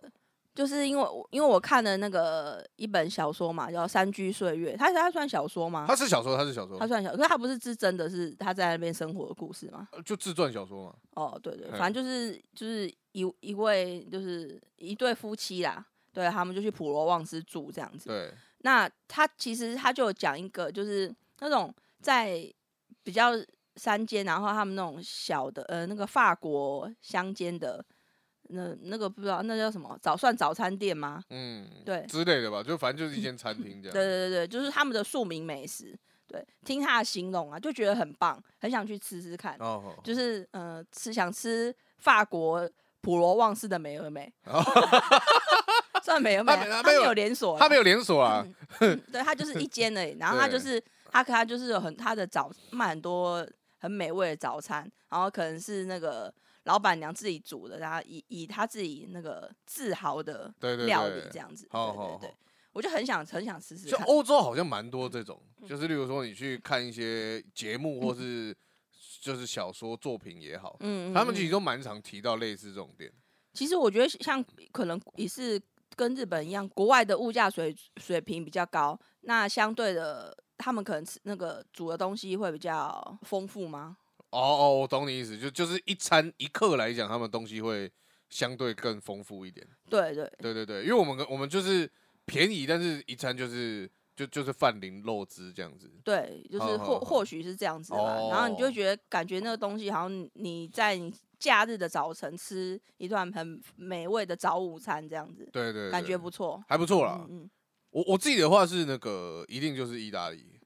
Speaker 2: 就是因为我因为我看了那个一本小说嘛，叫《山居岁月》，它它算小说吗
Speaker 1: 他？是小说，他是小说
Speaker 2: 它，算小，可啊是它不是是真的是他在那边生活的故事吗？
Speaker 1: 就自传小说嘛。
Speaker 2: 哦，对对，
Speaker 1: 嗯
Speaker 2: 反正就是就是一一位就是一对夫妻啦，对他们就去普罗旺斯住这样子。
Speaker 1: 对，
Speaker 2: 那他其实他就有讲一个，就是那种在比较山间，然后他们那种小的呃那个法国乡间的那那个不知道那叫什么早算早餐店吗？
Speaker 1: 嗯，
Speaker 2: 对
Speaker 1: 之类的吧，就反正就是一间餐嗯厅这
Speaker 2: 对
Speaker 1: 样。
Speaker 2: 对对对，就是他们的庶民美食。对，听他的形容啊，就觉得很棒，很想去吃吃看。
Speaker 1: 哦，
Speaker 2: 就是呃，吃想吃法国普罗旺斯的美而美， 算美而美
Speaker 1: 他哦没
Speaker 2: 啊，
Speaker 1: 他
Speaker 2: 它
Speaker 1: 没
Speaker 2: 没
Speaker 1: 有
Speaker 2: 有连锁啦，
Speaker 1: 他没有连锁啊，
Speaker 2: 嗯对，它就是一间而已。然后它就
Speaker 1: 对
Speaker 2: 是它可它就是有很它的早卖很多很美味的早餐，然后可能是那个老板娘自己煮的，然后以以她自己那个自豪的
Speaker 1: 对对
Speaker 2: 料理
Speaker 1: 对
Speaker 2: 这样子，
Speaker 1: 好
Speaker 2: 对
Speaker 1: 好
Speaker 2: 对对
Speaker 1: 好，
Speaker 2: 我就很想很想吃吃
Speaker 1: 就哦
Speaker 2: 看。
Speaker 1: 欧洲好像蛮多这种，就是例如说你去看一些节目或是就是小说作品也好，
Speaker 2: 嗯，嗯
Speaker 1: 他们
Speaker 2: 嗯
Speaker 1: 其实都蛮常提到类似这种店。
Speaker 2: 其实我觉得像可能也是跟日本一样，国外的物价水水平比较高，那相对的他们可能吃那个煮的东西会比较丰富吗？
Speaker 1: 哦哦，我懂你意思，就就是一餐一克来讲，他们东西会相对更丰富一点。
Speaker 2: 对对，
Speaker 1: 对对对，因为我们跟我们就是便宜，但是一餐就是就就是饭淋肉汁这样子。
Speaker 2: 对，就是
Speaker 1: 好
Speaker 2: 或
Speaker 1: 好好
Speaker 2: 或许是这样子吧。然后你就
Speaker 1: 嗯哦
Speaker 2: 会觉得感觉那个东西好像你你在你假日的早晨吃一顿很美味的早午餐这样子，
Speaker 1: 对对对
Speaker 2: 感觉不错。
Speaker 1: 还不错啦
Speaker 2: 嗯。嗯，
Speaker 1: 我我自己的话是那个一定就是意大利。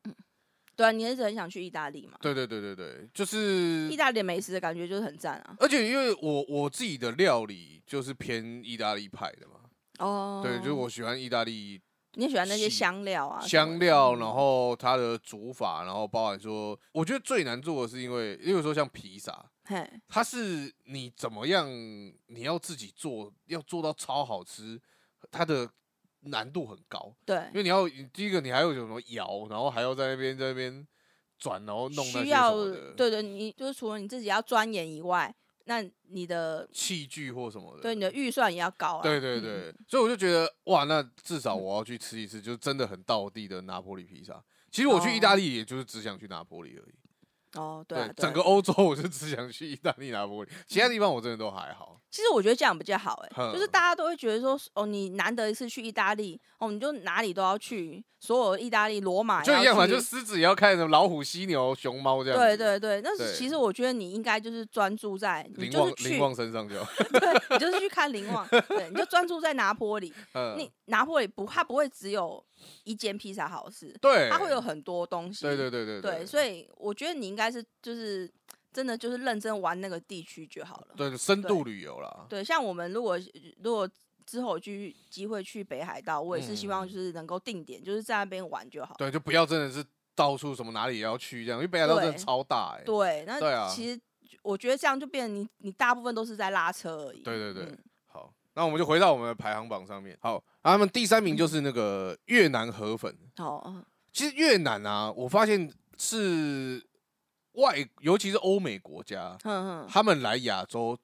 Speaker 2: 对啊，你也是很想去意大利嘛？
Speaker 1: 对对对对对，就
Speaker 2: 意
Speaker 1: 是。
Speaker 2: 大利的美食的感觉就是很赞啊。
Speaker 1: 而且因为我我自己的料理就是偏意大利派的嘛，
Speaker 2: 哦，
Speaker 1: 对，就是我喜欢意大利
Speaker 2: 你也喜欢那些
Speaker 1: 喜
Speaker 2: 香料啊什么的，
Speaker 1: 香料，
Speaker 2: 嗯
Speaker 1: 然后它的煮法，然后包含说，我觉得最难做的是因为，例如说像披萨，
Speaker 2: 嘿，
Speaker 1: 它是你怎么样，你要自己做，要做到超好吃，它的难度很高，
Speaker 2: 对
Speaker 1: 因，为你要第一个你还有什么摇，然后还要在那边在那边转，然后弄那
Speaker 2: 需
Speaker 1: 些什
Speaker 2: 要
Speaker 1: 么的
Speaker 2: 对对，你就是除了你自己要钻研以外，那你的
Speaker 1: 器具或什么的。
Speaker 2: 对你的预算也要高啊。
Speaker 1: 对对
Speaker 2: 嗯
Speaker 1: 对，所以我就觉得哇，那至少我要去吃一次，就是真的很道地的拿破里披萨。其实我去意大利，也就是只想去拿破里而已。
Speaker 2: 哦，对啊，对
Speaker 1: 整
Speaker 2: 啊
Speaker 1: 个欧洲我就只想去意大利拿玻璃，其他地方我真的都还好。
Speaker 2: 其实我觉得这样比较好哎、就是
Speaker 1: 哼
Speaker 2: 大家都会觉得说，哦，你难得一次去意大利，哦，你就哪里都要去，所有意大利、罗马
Speaker 1: 就
Speaker 2: 也
Speaker 1: 一
Speaker 2: 要
Speaker 1: 样嘛，
Speaker 2: 去
Speaker 1: 就狮子也要看什么老虎、犀牛、熊猫这样
Speaker 2: 对
Speaker 1: 子。
Speaker 2: 对对，但是其
Speaker 1: 对
Speaker 2: 实我觉得你应该就是专注在，你
Speaker 1: 林
Speaker 2: 就是
Speaker 1: 旺
Speaker 2: 去
Speaker 1: 林，旺身 上就，
Speaker 2: 对，你就是去看灵旺，对，你就专注在拿坡里。
Speaker 1: 嗯，
Speaker 2: 你拿坡里不，它不会只有一间披萨好吃，
Speaker 1: 对，
Speaker 2: 它会有，很多东西。
Speaker 1: 对对对对
Speaker 2: 对，所以我觉得你应该是就是真的就是认真玩那个地区就好了。
Speaker 1: 对深度旅游啦，
Speaker 2: 对，像我们如果如果之后有去机会去北海道，我也是希望
Speaker 1: 嗯
Speaker 2: 就是能够定点，就是在那边玩就好。
Speaker 1: 对，就不要真的是到处什么哪里也要去这样，因为北海道真的
Speaker 2: 对
Speaker 1: 超大哎。
Speaker 2: 对，
Speaker 1: 对
Speaker 2: 那
Speaker 1: 啊
Speaker 2: 其实我觉得这样就变成你你大部分都是在拉车而已。
Speaker 1: 对对对
Speaker 2: 嗯
Speaker 1: 好，那我们就回到我们的排行榜上面。好，然后他们第三名就是那个越南河粉，
Speaker 2: 好，嗯
Speaker 1: 其实越南啊，我发现是外，尤其是欧美国家，
Speaker 2: 哼
Speaker 1: 他们来亚洲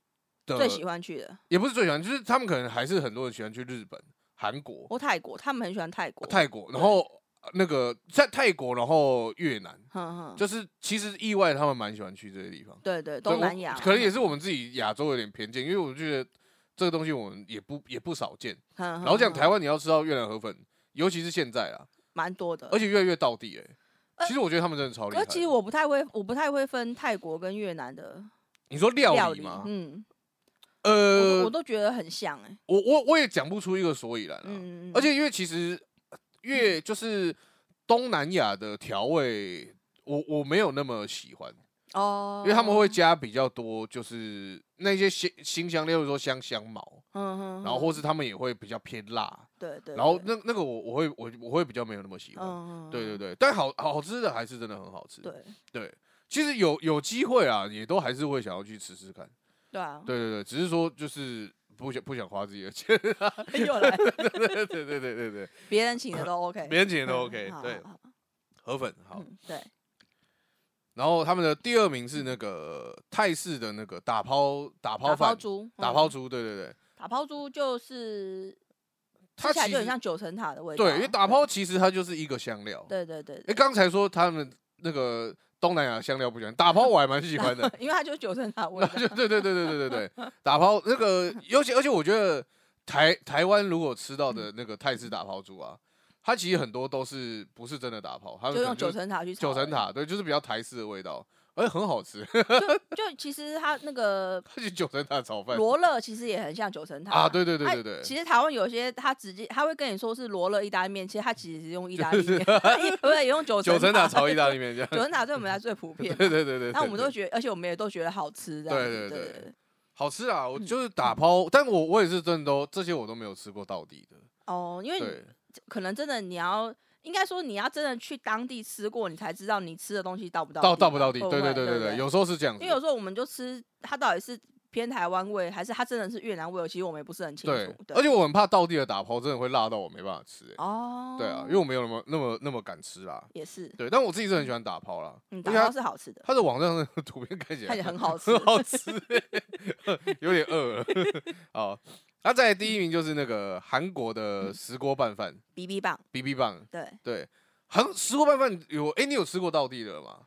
Speaker 1: 的
Speaker 2: 哼，最喜欢去的
Speaker 1: 也不是最喜欢，就是他们可能还是很多人喜欢去日本、韩国、
Speaker 2: 或泰国，他们很喜欢泰国。
Speaker 1: 泰国，然后呃那个在泰国，然后越南，
Speaker 2: 哼哼，
Speaker 1: 就是其实意外他们蛮喜欢去这些地方。
Speaker 2: 对对，
Speaker 1: 对
Speaker 2: 东
Speaker 1: 我
Speaker 2: 南亚
Speaker 1: 可能也是
Speaker 2: 我。
Speaker 1: 我们自己亚洲有点偏见，因为我觉得这个东西我们也不也不少见。
Speaker 2: 然
Speaker 1: 然后讲台湾，你要吃到越南河粉，尤其是现在啊，
Speaker 2: 蛮多的，
Speaker 1: 而且越来越到地哎、
Speaker 2: 呃
Speaker 1: 其实我觉得他们真的超厉害
Speaker 2: 而
Speaker 1: 的。
Speaker 2: 其实我不太会，我不太会分泰国跟越南的
Speaker 1: 你说
Speaker 2: 料
Speaker 1: 料理
Speaker 2: 理
Speaker 1: 吗？
Speaker 2: 嗯，我都
Speaker 1: 呃
Speaker 2: 我，都觉得很像哎、
Speaker 1: 我我我也讲不出一个所以然啊。
Speaker 2: 嗯，嗯
Speaker 1: 而且因为其实越就是东南亚的调味，我我没有那么喜欢，
Speaker 2: 哦，
Speaker 1: 因为他们会加比较多，就是那些新新香料，例如说香香茅，
Speaker 2: 嗯，嗯嗯，
Speaker 1: 然后或是他们也会比较偏辣，
Speaker 2: 对对，
Speaker 1: 然后
Speaker 2: 对
Speaker 1: 那那个我我会我我会比较没有那么喜欢，
Speaker 2: 嗯，嗯
Speaker 1: 对对
Speaker 2: 嗯
Speaker 1: 对，但好好吃的还是真的很好吃，
Speaker 2: 对
Speaker 1: 对，其实有有机会啊，也都还是会想要去吃吃看，
Speaker 2: 对啊，
Speaker 1: 对对对，只是说就是不想不想花自己的钱，
Speaker 2: 又来，
Speaker 1: 对对对对对对，
Speaker 2: 别人请的都 OK，
Speaker 1: 别人钱
Speaker 2: 嗯
Speaker 1: 都 OK，
Speaker 2: 好
Speaker 1: 对
Speaker 2: 好，好
Speaker 1: 河粉好，
Speaker 2: 嗯对，
Speaker 1: 然后他们的第二名是那个泰式的那个打抛打抛
Speaker 2: 打抛
Speaker 1: 饭，
Speaker 2: 猪，
Speaker 1: 打
Speaker 2: 嗯
Speaker 1: 抛，猪，对对对，
Speaker 2: 打抛猪就是
Speaker 1: 它
Speaker 2: 吃起来
Speaker 1: 其
Speaker 2: 就很
Speaker 1: 实
Speaker 2: 像九层塔的味道，
Speaker 1: 对，因为打抛其实它就是一个香料。
Speaker 2: 对，对对
Speaker 1: 哎，
Speaker 2: 对，
Speaker 1: 刚才说他们那个东南亚香料不喜欢，打抛我还蛮喜欢的。
Speaker 2: 因为它就是九层塔的味道，
Speaker 1: 对对对对对对对对，打抛那个，尤其而且我觉得台台湾如果吃到的
Speaker 2: 嗯
Speaker 1: 那个泰式打抛猪啊，它其实很多都是不是真的打抛，它们
Speaker 2: 就
Speaker 1: 可
Speaker 2: 用
Speaker 1: 能
Speaker 2: 九
Speaker 1: 是
Speaker 2: 层塔去炒
Speaker 1: 九
Speaker 2: 而
Speaker 1: 层
Speaker 2: 已，
Speaker 1: 塔，对，就是比较台式的味道，而且很好吃，
Speaker 2: 就其实它那个
Speaker 1: 它是九层塔炒饭
Speaker 2: 罗勒其实也很像九层塔
Speaker 1: 啊，对对
Speaker 2: 哎
Speaker 1: 对对对，
Speaker 2: 其实台湾有些他直接他会跟你说是罗勒意大利面，其实他其实是用意大利面， 不是也用九
Speaker 1: 九层塔炒意
Speaker 2: 意
Speaker 1: 大利面这样，
Speaker 2: 九层塔对我们来说最普遍
Speaker 1: 对，对对对对，
Speaker 2: 那我们
Speaker 1: 对
Speaker 2: 都觉得，而且我们也都觉得好吃，这样
Speaker 1: 对
Speaker 2: 子
Speaker 1: 对
Speaker 2: 对
Speaker 1: 对
Speaker 2: 对对
Speaker 1: 好吃啊，我
Speaker 2: 嗯
Speaker 1: 就是打抛，但我我也是真的都这些我都没有吃过到底的，
Speaker 2: 哦，因为你
Speaker 1: 对
Speaker 2: 可能真的你要。应该说，你要真的去当地吃过，你才知道你吃的东西到不到
Speaker 1: 到
Speaker 2: 到
Speaker 1: 到不到底，
Speaker 2: 对
Speaker 1: 对对
Speaker 2: 对
Speaker 1: 对
Speaker 2: 不
Speaker 1: 对，有时候是这样
Speaker 2: 因
Speaker 1: 子
Speaker 2: 为，有时候我们就吃它到底是偏台湾味，还是它真的是越南味，其实我们也不是很清
Speaker 1: 对
Speaker 2: 楚。，
Speaker 1: 而且我很怕到地的打抛真的会辣到我没办法吃，欸
Speaker 2: 哦，
Speaker 1: 对啊，因为我没有那么那么那么敢吃啦，
Speaker 2: 也是，
Speaker 1: 对，但我自己是很喜欢打抛啦，
Speaker 2: 嗯，
Speaker 1: 而
Speaker 2: 打
Speaker 1: 且它
Speaker 2: 包是好吃的，
Speaker 1: 它的网上的 图片看起
Speaker 2: 看
Speaker 1: 来
Speaker 2: 起来很好吃
Speaker 1: 很。好吃，欸 有点饿了，好，那再来第一名就是那个韩国
Speaker 2: 嗯
Speaker 1: 的石锅拌饭
Speaker 2: B B 棒，
Speaker 1: ，BB 棒，
Speaker 2: 对，
Speaker 1: 对，韩石锅拌饭有，哎，你有吃过到地的吗？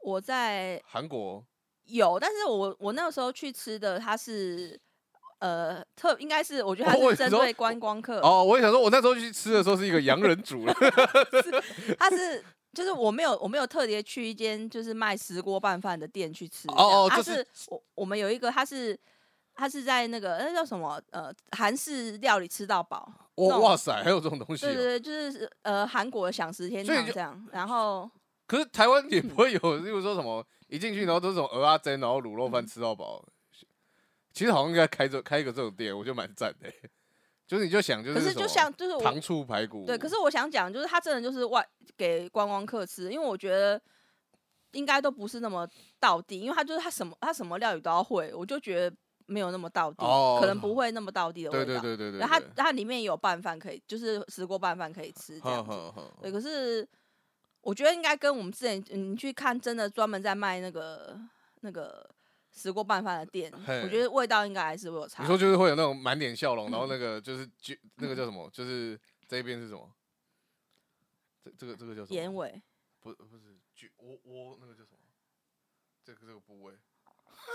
Speaker 2: 我在
Speaker 1: 韩国。
Speaker 2: 有，但是我我那个时候去吃的，它是呃特应该是我觉得它
Speaker 1: 哦我
Speaker 2: 是针
Speaker 1: 你说
Speaker 2: 对观光客，
Speaker 1: 哦，我也想说，我那时候去吃的时候是一个洋人煮 的，
Speaker 2: 它是就是我没有我没有特别去一间就是卖石锅拌饭的店去吃这
Speaker 1: 哦
Speaker 2: 样，
Speaker 1: 哦
Speaker 2: 它
Speaker 1: 就是
Speaker 2: 是我我们有一个它是。它是在那个那叫什么呃韩式料理吃到饱，
Speaker 1: 哇
Speaker 2: 那种
Speaker 1: 哇塞，还有这种东西、
Speaker 2: 对
Speaker 1: 哦。
Speaker 2: 对对，就是呃韩国的享食天
Speaker 1: 所以
Speaker 2: 堂
Speaker 1: 就
Speaker 2: 这样。然后
Speaker 1: 可是台湾也不会有，
Speaker 2: 嗯
Speaker 1: 例如说什么一进去然后都是什么鹅啊煎，然后卤肉饭吃到饱。其实好像应该开这开一个这种店，我觉得蛮赞的欸、就是你就想就是
Speaker 2: 可是
Speaker 1: 什
Speaker 2: 就
Speaker 1: 么
Speaker 2: 像就是我
Speaker 1: 糖醋排骨，
Speaker 2: 对，可是我想讲，就是它真的就是外给观光客吃，因为我觉得应该都不是那么到地，因为它就是它什么它什么料理都要会，我就觉得没有那么到地，
Speaker 1: 哦
Speaker 2: 可能不会那么到地的味
Speaker 1: 对
Speaker 2: 道。
Speaker 1: 对对对对，
Speaker 2: 然后它它里面也有拌饭可以，就是石锅拌饭可以吃这样子。
Speaker 1: 哼哼
Speaker 2: 对，可是我觉得应该跟我们之前嗯你去看真的专门在卖那个那个石锅拌饭的店，
Speaker 1: 嘿
Speaker 2: 我觉得味道应该还是会有差
Speaker 1: 你。说就是会有那种满脸笑容，然后
Speaker 2: 嗯
Speaker 1: 那个就是就那个叫什么，就是这一边是什么？这这个这个叫什么？
Speaker 2: 眼尾
Speaker 1: 不不是举窝窝那个叫什么？这个这个部位，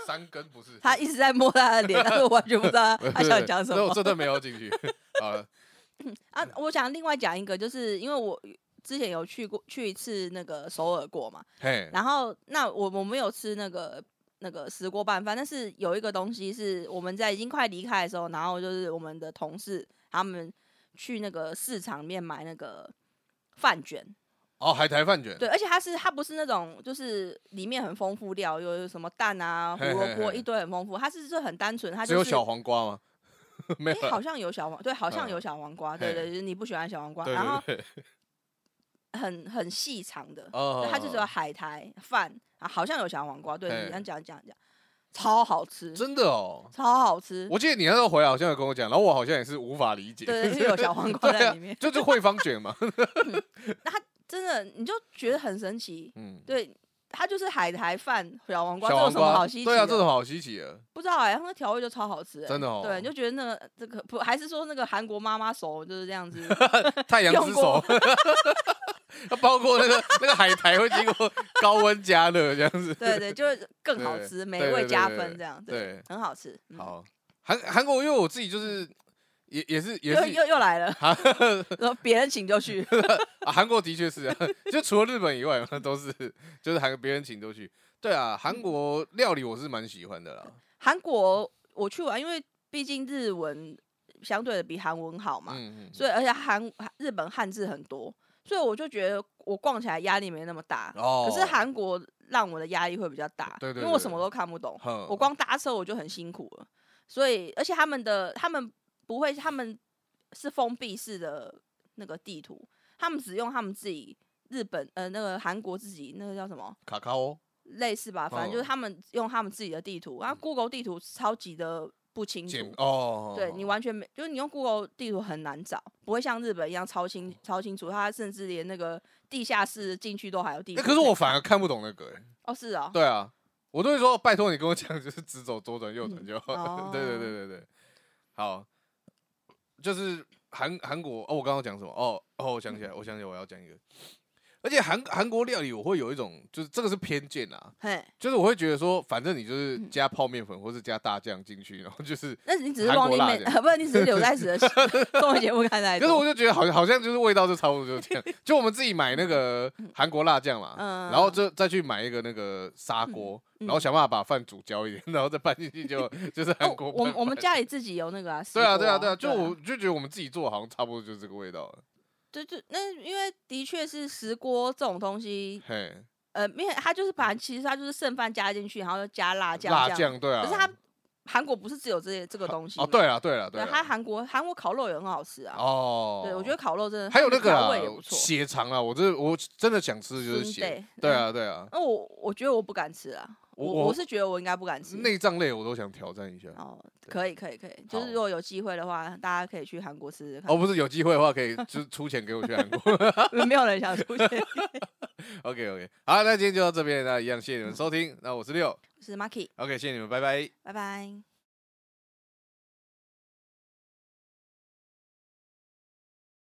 Speaker 1: 三根不是？
Speaker 2: 他一直在摸他的脸，但是我完全不知 道
Speaker 1: 对
Speaker 2: 他他想讲什
Speaker 1: 对
Speaker 2: 么
Speaker 1: 我。这段没有进去好了，嗯
Speaker 2: 啊，我想另外讲一个，就是因为我之前有去过去一次那个首尔过嘛，
Speaker 1: 嘿，
Speaker 2: 然后那我我们有吃那个那个石锅拌饭，但是有一个东西是我们在已经快离开的时候，然后就是我们的同事他们去那个市场里面买那个饭卷，
Speaker 1: 哦，海苔饭卷，
Speaker 2: 对，而且它是它不是那种就是里面很丰富料，有有什么蛋啊、胡
Speaker 1: 嘿
Speaker 2: 萝
Speaker 1: 嘿
Speaker 2: 卜
Speaker 1: 嘿
Speaker 2: 一堆很丰富，它是就很单纯，它
Speaker 1: 只
Speaker 2: 就
Speaker 1: 有
Speaker 2: 是
Speaker 1: 小黄瓜吗？ 没有
Speaker 2: 哎、
Speaker 1: 了，
Speaker 2: 好像有小黄，对，好像
Speaker 1: 嗯
Speaker 2: 有小黄瓜，对
Speaker 1: 嘿
Speaker 2: 对，就是你不喜欢小黄瓜，
Speaker 1: 对
Speaker 2: 然后
Speaker 1: 对对，
Speaker 2: 很很细长的，
Speaker 1: 哦
Speaker 2: 对它就只有海苔饭啊，好像有小黄瓜，对，
Speaker 1: 嘿
Speaker 2: 你这样讲讲讲，超好吃，
Speaker 1: 真的哦。
Speaker 2: 超好吃，
Speaker 1: 我记得你那时候回来好像有跟我讲，然后我好像也是无法理解，
Speaker 2: 嗯对，因为有小黄瓜
Speaker 1: 对啊
Speaker 2: 在里面，
Speaker 1: 就是惠方卷嘛，
Speaker 2: 真的你就觉得很神奇，
Speaker 1: 嗯，
Speaker 2: 对。它就是海苔饭、小黄瓜，
Speaker 1: 小
Speaker 2: 这有
Speaker 1: 黄
Speaker 2: 什么
Speaker 1: 瓜
Speaker 2: 好稀，奇的？
Speaker 1: 对啊，这种好稀奇的，
Speaker 2: 不知道哎、它那调味就超好吃、哎
Speaker 1: 真的哦，
Speaker 2: 对，你就觉得那个这个不还是说那个韩国妈妈手就是这 样子，
Speaker 1: 太阳之
Speaker 2: 用
Speaker 1: 手
Speaker 2: 过，
Speaker 1: 包括那个那个海苔会经过高温加热这样子。
Speaker 2: 对对，就是更好
Speaker 1: 对
Speaker 2: 吃，美
Speaker 1: 对对
Speaker 2: 味加
Speaker 1: 对
Speaker 2: 分这样，对，
Speaker 1: 对，
Speaker 2: 很好吃。嗯，
Speaker 1: 好，韩韩国，因为我自己就是也也是也
Speaker 2: 又
Speaker 1: 是
Speaker 2: 又又来了，然后别人请就去，
Speaker 1: 啊，韩国的确是、啊， 就除了日本以外嘛，都是就是韩别人请都去。对啊，
Speaker 2: 嗯
Speaker 1: 韩国料理我是蛮喜欢的啦。
Speaker 2: 韩国我去玩，因为毕竟日文相对的比韩文好嘛，
Speaker 1: 嗯嗯，
Speaker 2: 所以而且韩日本汉字很多，所以我就觉得我逛起来压力没那么大。
Speaker 1: 哦
Speaker 2: 可是韩国让我的压力会比较大，
Speaker 1: 对对
Speaker 2: 因为我
Speaker 1: 对
Speaker 2: 什么都看不懂，
Speaker 1: 哼
Speaker 2: 我光搭车我就很辛苦了。所以，而且他们的他们不会，他们是封闭式的那个地图，他们只用他们自己日本呃那个韩国自己那个叫什么
Speaker 1: 卡卡哦，
Speaker 2: 类似吧，反正就是
Speaker 1: 嗯
Speaker 2: 他们用他们自己的地图，然后啊 Google 地图超级的不清楚
Speaker 1: 简。哦，
Speaker 2: 对你完全没，就是你用 Google 地图很难找，不会像日本一样超
Speaker 1: 哦
Speaker 2: 清超清楚，它甚至连那个地下室进去都还有地
Speaker 1: 哎
Speaker 2: 图以看。
Speaker 1: 可是我反而看不懂那个、欸，
Speaker 2: 哦是哦，
Speaker 1: 对啊，我都会说拜托你跟我讲，就是直走左转右转就好。
Speaker 2: 哦
Speaker 1: 对对对对对，好，就是韩韩国哦，我刚刚讲什么？哦哦，我
Speaker 2: 嗯
Speaker 1: 想起来，我想起来我要讲一个，而且韩韩国料理我会有一种，就是这个是偏见啊，
Speaker 2: 嘿，
Speaker 1: 就是我会觉得说，反正你就是
Speaker 2: 嗯
Speaker 1: 加泡面粉或是加大酱进去，然后就是。
Speaker 2: 那你只是
Speaker 1: 韩
Speaker 2: 忘
Speaker 1: 国
Speaker 2: 你
Speaker 1: 辣
Speaker 2: 美，
Speaker 1: 的
Speaker 2: 不是你只是刘 在石的综艺节目看 太
Speaker 1: 可是我
Speaker 2: 多。
Speaker 1: 就
Speaker 2: 哦
Speaker 1: 觉得好像好像就是味道就差不多就是这 样，就我们自己买那个韩国辣酱嘛，
Speaker 2: 嗯
Speaker 1: 然后就再去买一个那个砂锅，
Speaker 2: 嗯
Speaker 1: 然后想办法把饭煮焦一点，然后再拌进去 就就是韩
Speaker 2: 哦
Speaker 1: 国拌
Speaker 2: 我
Speaker 1: 饭、
Speaker 2: 们我们家里自己有那个啊，
Speaker 1: 对啊，
Speaker 2: 石
Speaker 1: 对
Speaker 2: 锅
Speaker 1: 啊，
Speaker 2: 啊，
Speaker 1: 对啊，就我就觉得我们自己做好像差不多就是这个味道了。
Speaker 2: 对对，那因为的确是石锅这种东西，
Speaker 1: 嘿，
Speaker 2: 呃，因为它就是把其实它就是剩饭加进去，然后又加辣酱，
Speaker 1: 辣酱对啊，
Speaker 2: 可是它韩国不是只有这些这个东西
Speaker 1: 哦，
Speaker 2: 嘛
Speaker 1: 对了，对了，
Speaker 2: 对，啊
Speaker 1: 了，
Speaker 2: 它韩国韩国烤肉也很好吃啊。
Speaker 1: 哦，
Speaker 2: 对，我觉得烤肉真的
Speaker 1: 还有
Speaker 2: 它
Speaker 1: 那
Speaker 2: 的
Speaker 1: 个啊啦
Speaker 2: 调味也不，错。
Speaker 1: 血肠啊，我这我真的想吃的就是血，
Speaker 2: Sundae，
Speaker 1: 对啊，对啊，
Speaker 2: 那我我觉得我不敢吃啊，
Speaker 1: 我
Speaker 2: 嗯我
Speaker 1: 我
Speaker 2: 是觉得我应该不敢吃。
Speaker 1: 内脏类我都想挑战一下。
Speaker 2: 哦，
Speaker 1: 对
Speaker 2: 可以可以可以，就
Speaker 1: 好
Speaker 2: 是如果有机会的话，大家可以去韩国试试看。
Speaker 1: 哦，不是有机会的话，可以就是出钱给我去韩国。
Speaker 2: 没有人想 出现。
Speaker 1: OK OK，好，那今天就到这边，那一样谢谢你们收听，那我是六
Speaker 2: 我是 Marky，
Speaker 1: ，OK，谢谢你们，拜拜。
Speaker 2: 拜拜。